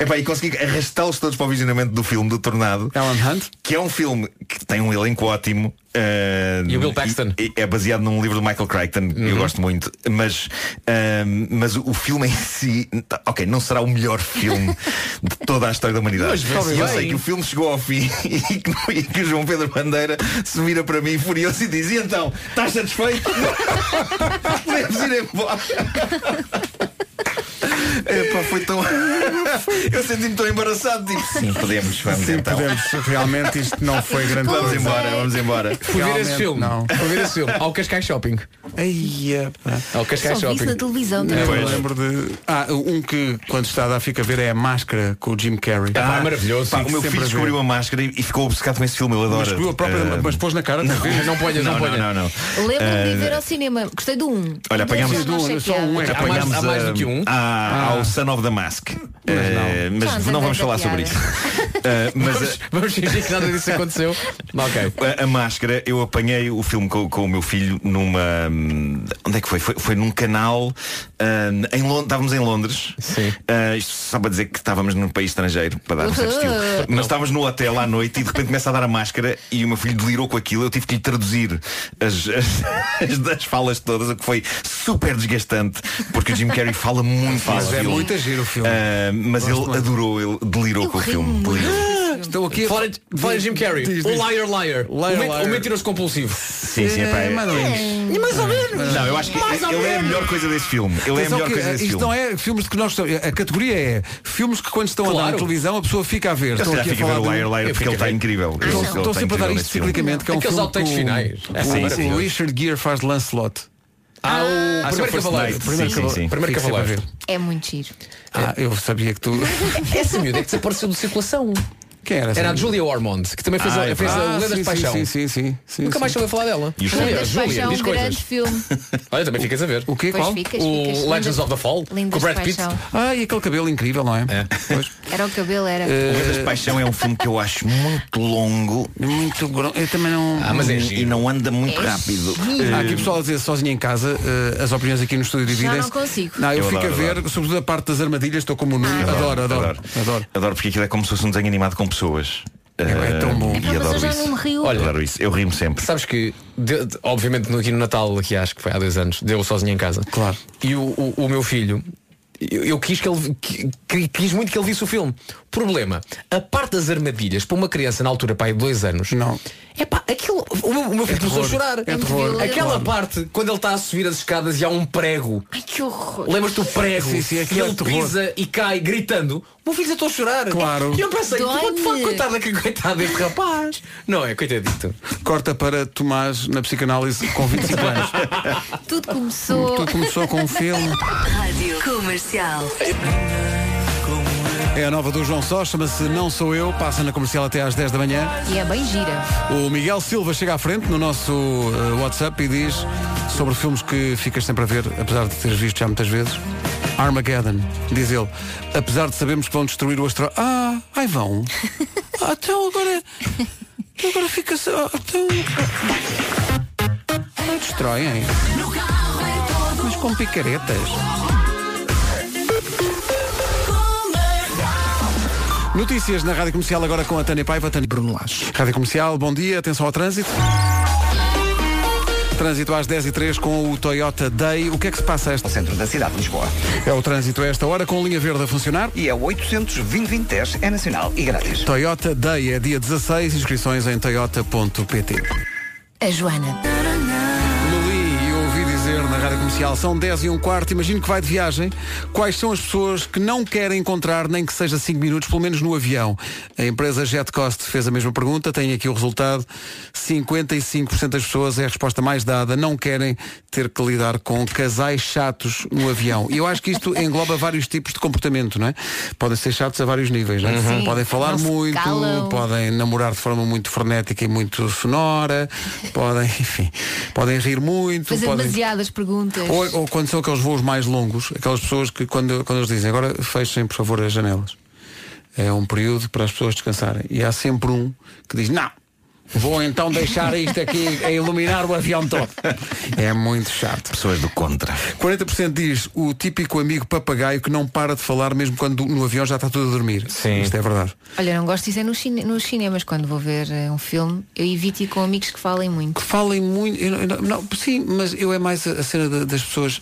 S13: Epá, e consegui arrastá-los todos para o visionamento do filme do Tornado,
S3: Alan Hunt.
S13: que é um filme que tem um elenco ótimo. ah,
S6: E o Bill Paxton.
S13: e- e é baseado num livro do Michael Crichton,
S3: Uhum.
S13: eu gosto muito, mas, ah, mas o, o filme em si, tá, ok, não será o melhor filme de toda a história da humanidade.
S6: Mas vê-se
S13: E eu
S6: bem.
S13: sei que o filme chegou ao fim e que, e que o João Pedro Bandeira se vira para mim furioso e diz, e então, estás satisfeito? Podemos ir embora. Epá, foi tão. Eu senti-me tão embaraçado. Tipo, sim, podemos, vamos
S3: Sim,
S13: então.
S3: podemos. é. Realmente isto não foi grande
S13: Vamos
S3: coisa.
S13: embora, vamos embora.
S6: Fui ver esse
S3: Realmente
S6: filme.
S3: não.
S6: Fui ver esse filme. Ao Cascais Shopping.
S3: Ai, epá.
S6: Ao Cascais
S1: Só vi isso
S6: Shopping.
S1: na televisão.
S3: Eu
S1: também.
S3: me lembro de. Ah, um que quando está a dar fica a ver é a máscara com o Jim Carrey.
S6: Epá, é maravilhoso.
S13: Pá, o
S3: Fico
S13: meu
S3: sempre
S13: filho
S3: a ver.
S13: descobriu a máscara e e ficou obcecado com esse filme, ele adora.
S3: Mas viu a própria.
S13: Ah,
S3: Mas pôs na cara. Não,
S6: Não ponhas, não
S13: não, não,
S6: ponhas.
S13: não, não.
S1: Lembro-me de ir ver ao cinema. Gostei do um.
S13: Olha, apanhámos-
S1: Dois já não sei
S3: Só
S1: que é.
S3: um é que
S6: mais-
S13: Apanhámos
S6: há mais do
S13: a-
S6: que um?
S3: Ah,
S13: a- ao Son of the Mask. Eh,
S1: Já
S13: mas
S1: nos
S13: não vamos
S1: inventa
S13: falar sobre isso.
S1: piada.
S13: Eh, mas, a-
S6: Vamos fingir que nada disso aconteceu. ok.
S13: A, a máscara, eu apanhei o filme com, com o meu filho numa. hum, Onde é que foi? Foi, foi num canal. hum, em Lond estávamos em Londres.
S6: Sim.
S13: Ah, isto só para dizer que estávamos num país estrangeiro, para dar um certo
S1: Uhul.
S13: estilo. Mas estávamos no hotel à noite e de repente começa a dar a máscara e o meu filho delirou com aquilo. Eu tive que lhe traduzir as, as, as- as falas todas, o que foi super desgastante, porque o Jim Carrey fala muito
S3: Mas
S13: nesse
S3: é
S13: filme.
S3: muito giro o filme.
S13: Ah, mas
S3: Gosto
S13: ele
S3: muito.
S13: adorou, ele delirou com o filme. Delirou.
S3: Estou aqui. a-
S6: Fora de- fora de Jim Carrey.
S3: Diz, diz.
S6: O Liar Liar. O
S3: Liar,
S6: men-
S3: liar.
S6: O mentiroso compulsivo.
S13: Sim, sim, é, pá, é-
S3: mais ou menos.
S6: Mais ou menos.
S13: Não, eu acho que ele é a melhor coisa desse filme. Ele é a
S3: Atenção
S13: melhor
S3: que,
S13: coisa
S3: eh,
S13: desse
S3: isto
S13: filme.
S3: não é filmes de que nós estamos. A categoria é filmes que quando estão a dar
S6: Claro.
S3: na televisão a pessoa fica a ver.
S13: Eu
S3: Estão
S13: se calhar
S3: aqui a
S13: fico a ver
S3: falar
S13: o
S3: de-
S13: Liar Liar
S6: Eu
S13: porque ele está
S6: fiquei-
S13: incrível. Ele-
S3: Estou-
S13: ele
S3: Estou
S13: está
S3: sempre a dar
S13: incrível
S3: isto
S13: nesse filme.
S3: ciclicamente, que é um
S6: Aqueles
S3: filme
S6: outtakes
S3: que o-
S6: finais. É
S3: o-
S13: maravilhoso.
S3: O Richard Gere faz Lancelot.
S6: Ah, o
S13: Ah, sim,
S6: primeiro
S13: First
S6: cavaleiro.
S13: Knight. Sim, sim, sim.
S6: Primeiro
S3: Fico sempre a ver.
S6: cavaleiro.
S1: É muito giro.
S3: Ah, eu sabia que tu.
S6: Essa miúda é que desapareceu de circulação.
S3: Quem era?
S6: Era a
S3: essa?
S6: Julia Ormond, que também fez,
S13: Ah,
S6: a,
S13: é
S6: fez
S13: verdade.
S6: a
S3: Ah,
S6: Lendas
S3: sim,
S6: de Paixão.
S3: Sim, sim, sim. sim,
S6: Nunca
S3: sim.
S6: mais soube falar dela.
S13: E os
S1: Lendas
S13: Olha,
S1: de
S6: Julia,
S1: Paixão,
S6: diz
S1: um grande
S6: coisas.
S1: filme.
S6: Olha, também ficas a ver.
S3: O quê?
S1: Pois
S3: Qual?
S1: ficas, ficas.
S6: O Legends of the Fall,
S1: Lendas
S6: com o
S1: de
S6: Brad Pitt.
S1: Paixão.
S3: Ah, e aquele cabelo incrível, não é? Pois.
S1: Era o cabelo, era.
S13: O Lendas de Paixão é um filme que eu acho muito longo
S3: Muito gro... Eu também não. Hum.
S6: Ah, mas é
S13: e-
S6: giro. É
S13: e não anda muito rápido.
S3: Há aqui pessoal a dizer sozinho em casa, eh, as opiniões aqui no estúdio dividem-se.
S1: não consigo.
S3: Não, eu,
S13: Eu
S3: fico
S13: adoro,
S3: a ver,
S13: adoro.
S3: sobretudo a parte das armadilhas, estou como o Nuno. adoro, adoro, adoro.
S13: Adoro porque aquilo é como se fosse um desenho animado com pessoas. é tão bom.
S6: É pá, mas
S13: E
S6: eu
S13: adoro
S6: já
S13: isso.
S6: não me rio.
S13: Olha, adoro isso. Eu rimo sempre.
S6: Sabes que, de- de- obviamente, no, aqui no Natal, aqui acho que foi há dois anos, deu sozinho em casa. Claro. E o, o- o meu filho, eu, eu quis que ele que- que- quis muito que ele visse o filme. Problema, a parte das armadilhas para uma criança na altura, pai, de dois anos, não. É pá, aquilo. O meu, o meu filho começou a
S5: terror,
S6: chorar.
S5: é terror, é
S6: Aquela
S5: terror.
S6: parte, quando ele está a subir as escadas e há um prego.
S5: Ai que horror.
S6: Lembras-te do prego
S5: Sim, sim,
S6: que
S5: aquilo
S6: ele
S5: é terror.
S6: pisa e cai gritando O meu filho já estou a chorar
S3: Claro.
S6: E eu pensei, what the fuck, coitado, daquele- coitado deste rapaz Não é, coitadito
S3: Corta para Tomás na psicanálise com 25 anos.
S9: Tudo começou.
S3: Tudo começou com um filme.
S9: Rádio Comercial.
S3: É a nova do João Só, chama-se Não Sou Eu, passa na comercial até às 10 da manhã.
S1: E é bem gira.
S3: O Miguel Silva chega à frente no nosso eh, WhatsApp e diz sobre filmes que ficas sempre a ver, apesar de teres visto já muitas vezes. Armageddon, diz ele, apesar de sabermos que vão destruir o astro... Ah, ai vão. Ah, então agora. Agora fica só. Então... Não Ah, destroem. Mas com picaretas. Notícias na Rádio Comercial agora com a Tânia Paiva, Tânia Bruno Lage. Rádio Comercial, bom dia, atenção ao trânsito. Trânsito às 10 e 3 com o Toyota Day. O que é que se passa a esta?
S2: centro da cidade de Lisboa.
S3: É o trânsito a esta hora com a linha verde a funcionar.
S2: E é 800 é nacional e grátis.
S3: Toyota Day é dia 16, inscrições em toyota.pt.
S1: A Joana.
S3: Lili, eu ouvi dizer na Rádio Comercial, são 10 e um quarto, imagino que vai de viagem. Quais são as pessoas que não querem encontrar, nem que seja 5 minutos, pelo menos no avião? A empresa JetCost fez a mesma pergunta, tem aqui o resultado. 55% das pessoas, é a resposta mais dada, não querem ter que lidar com casais chatos no avião. E eu acho que isto engloba vários tipos de comportamento, não é? Podem ser chatos a vários níveis, não é?
S16: Uhum. Sim.
S3: Podem falar
S16: Não se
S3: muito,
S16: calam.
S3: podem namorar de forma muito frenética e muito sonora, podem, enfim, podem rir muito,
S1: Fazer
S3: podem.
S1: demasiadas perguntas.
S3: Ou, ou quando são aqueles voos mais longos, aquelas pessoas que quando, quando eles dizem agora fechem por favor as janelas. É um período para as pessoas descansarem. E há sempre um que diz, não, vou então deixar isto aqui a iluminar o avião todo. É muito chato.
S13: Pessoas do contra.
S3: 40% diz o típico amigo papagaio que não para de falar mesmo quando no avião já está tudo a dormir. Sim. Isto é verdade.
S1: Olha, não gosto disso é nos, cine- nos cinemas, quando vou ver eh, um filme, eu evito ir com amigos que falem muito.
S3: Que falem muito. eu não- eu não- não, sim, mas eu é mais a, a cena da- das pessoas,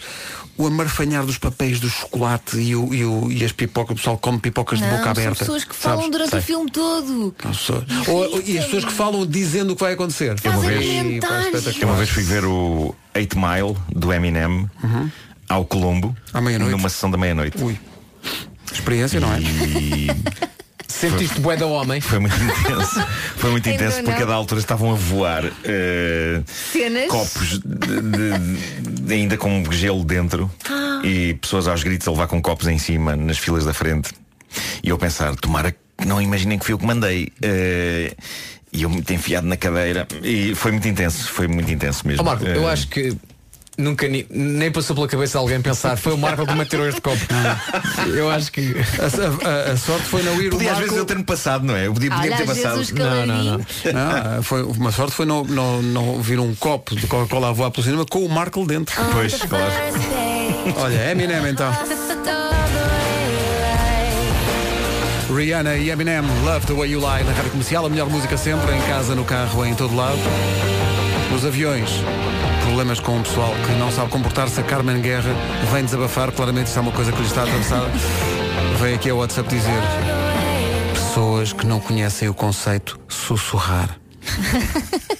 S3: o amarfanhar dos papéis do chocolate e, o, e, o- e as pipocas, o pessoal come pipocas de
S1: não,
S3: boca aberta.
S1: São pessoas que falam
S3: sabes?
S1: durante
S3: Sei.
S1: o filme todo.
S3: As pessoas- Ou- ou- e as pessoas que falam dizendo o que vai acontecer.
S13: Eu uma, vez,
S1: Fazem
S13: eu uma vez fui ver o 8 Mile do Eminem
S3: Uhum.
S13: ao Colombo numa sessão da meia-noite.
S3: Experiência, não é?
S13: Hum.
S6: Sentiste bué da homem?
S13: Foi muito intenso. Foi muito
S1: Ainda
S13: intenso porque a
S1: não.
S13: da altura estavam a voar eh,
S1: Cenas.
S13: copos de- de- de- ainda com gelo dentro
S1: Ah.
S13: e pessoas aos gritos a levar com copos em cima nas filas da frente. E eu a pensar, tomara que não imaginem que fui eu que mandei. Eh, e eu muito enfiado na cadeira. E foi muito intenso, foi muito intenso mesmo.
S6: Ó Oh, Marco, eu
S13: Eh,
S6: acho que nunca ni- nem passou pela cabeça de alguém pensar foi o Marco que me atirou este copo. eu acho que
S3: a, sorte foi não ir
S13: Podia às vezes eu ter-me passado, não é? Eu podia, podia ter passado.
S3: Não, foi, uma sorte foi não, não, não vir um copo de Coca-Cola a voar pelo cinema com o Marco dentro.
S1: Ah.
S13: Pois, claro.
S5: é.
S3: Olha, Eminem então. Rihanna e Eminem, Love the Way You Lie na rádio comercial, a melhor música sempre, em casa, no carro, em todo lado. Nos aviões, problemas com o pessoal que não sabe comportar-se. A Carmen Guerra vem desabafar, claramente isto é uma coisa que lhe está atravessada. Vem aqui ao WhatsApp dizer: Pessoas que não conhecem o conceito sussurrar.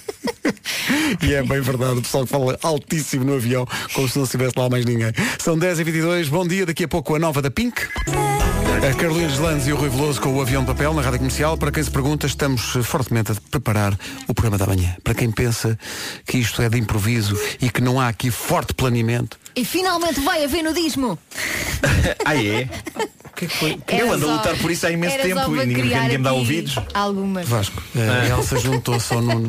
S3: E é bem verdade, o pessoal que fala altíssimo no avião, como se não estivesse lá mais ninguém. São 10h22, bom dia, daqui a pouco a nova da Pink. A Carolina Lanz e o Rui Veloso com o avião de papel na rádio comercial. Para quem se pergunta, estamos eh, fortemente a preparar o programa da manhã. Para quem pensa que isto é de improviso e que não há aqui forte planeamento.
S1: E finalmente vai haver nudismo.
S13: ah, é? Eu
S1: Era
S13: ando a
S1: só-
S13: lutar por isso há imenso
S1: era só
S13: tempo
S1: para
S13: e ninguém,
S1: criar
S13: ninguém me dá
S1: aqui
S13: ouvidos.
S1: Algumas.
S3: Vasco,
S13: É.
S3: eh, a Elsa juntou-se ao Nuno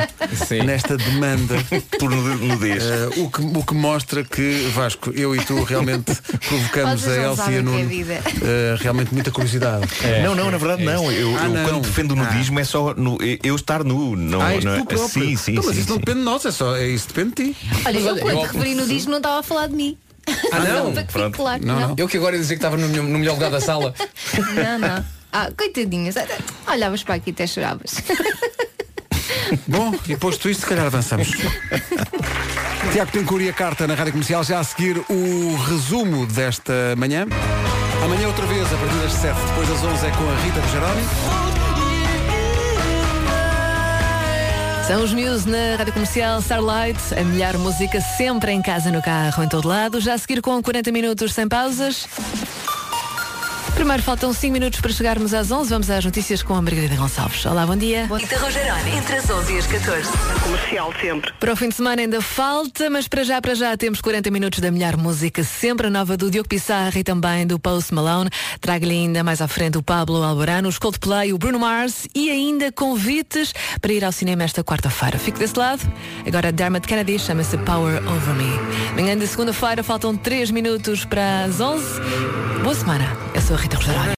S3: nesta demanda Eh,
S13: por nudez.
S3: o, que, o que mostra que, Vasco, eu e tu realmente provocamos
S1: Vocês
S3: a
S1: não
S3: Elsa e
S1: sabem
S3: a
S1: o que é
S3: Nuno
S1: vida.
S3: eh, realmente muita curiosidade.
S6: É.
S13: não, não, na verdade não. Eu,
S3: Ah,
S13: eu
S3: não.
S13: quando defendo o nudismo é só no- eu estar nu. Não,
S3: Ah, és
S13: não
S3: tu
S13: é-
S3: próprio.
S13: Sim, sim,
S3: Então, mas
S13: sim,
S3: isso não
S13: sim.
S3: depende de nós, é só, é isso depende de ti.
S1: Olha,
S6: Mas
S1: eu
S6: olha,
S1: quando
S6: eu-
S1: referi nudismo não estava a falar de mim.
S6: Ah
S1: Só
S6: não?
S1: para que fique claro. Não, não.
S6: Eu que agora ia dizer que estava no, melhor- no melhor lugar da sala.
S1: não. Ah, coitadinhas. Olhavas para aqui e até choravas.
S3: Bom, e posto isto, se calhar avançamos. Tiago Tencour e a carta na Rádio Comercial, já a seguir o resumo desta manhã. Amanhã outra vez, a partir das 7, depois das 11 é com a Rita Rogeroni.
S13: São os Muse na Rádio Comercial Starlight, a melhor música sempre em casa, no carro, em todo lado. Já a seguir com 40 minutos sem pausas. Primeiro faltam 5 minutos para chegarmos às 11. Vamos às notícias com a Margarida Gonçalves. Olá, bom dia.
S17: Rita Rogeroni, entre as 11 e as 14.
S18: Comercial sempre.
S13: Para o fim de semana ainda falta, mas para já, para já, temos 40 minutos da melhor música, sempre nova do Diogo Pissarra e também do Post Malone. Trago-lhe ainda mais à frente o Pablo Alborano, os Coldplay, o Bruno Mars e ainda convites para ir ao cinema esta quarta-feira. Fico desse lado. Agora Dermot Kennedy chama-se Power Over Me. Manhã de segunda-feira faltam 3 minutos para as 11. Boa semana. É Eu sou a Rita Rogeroni.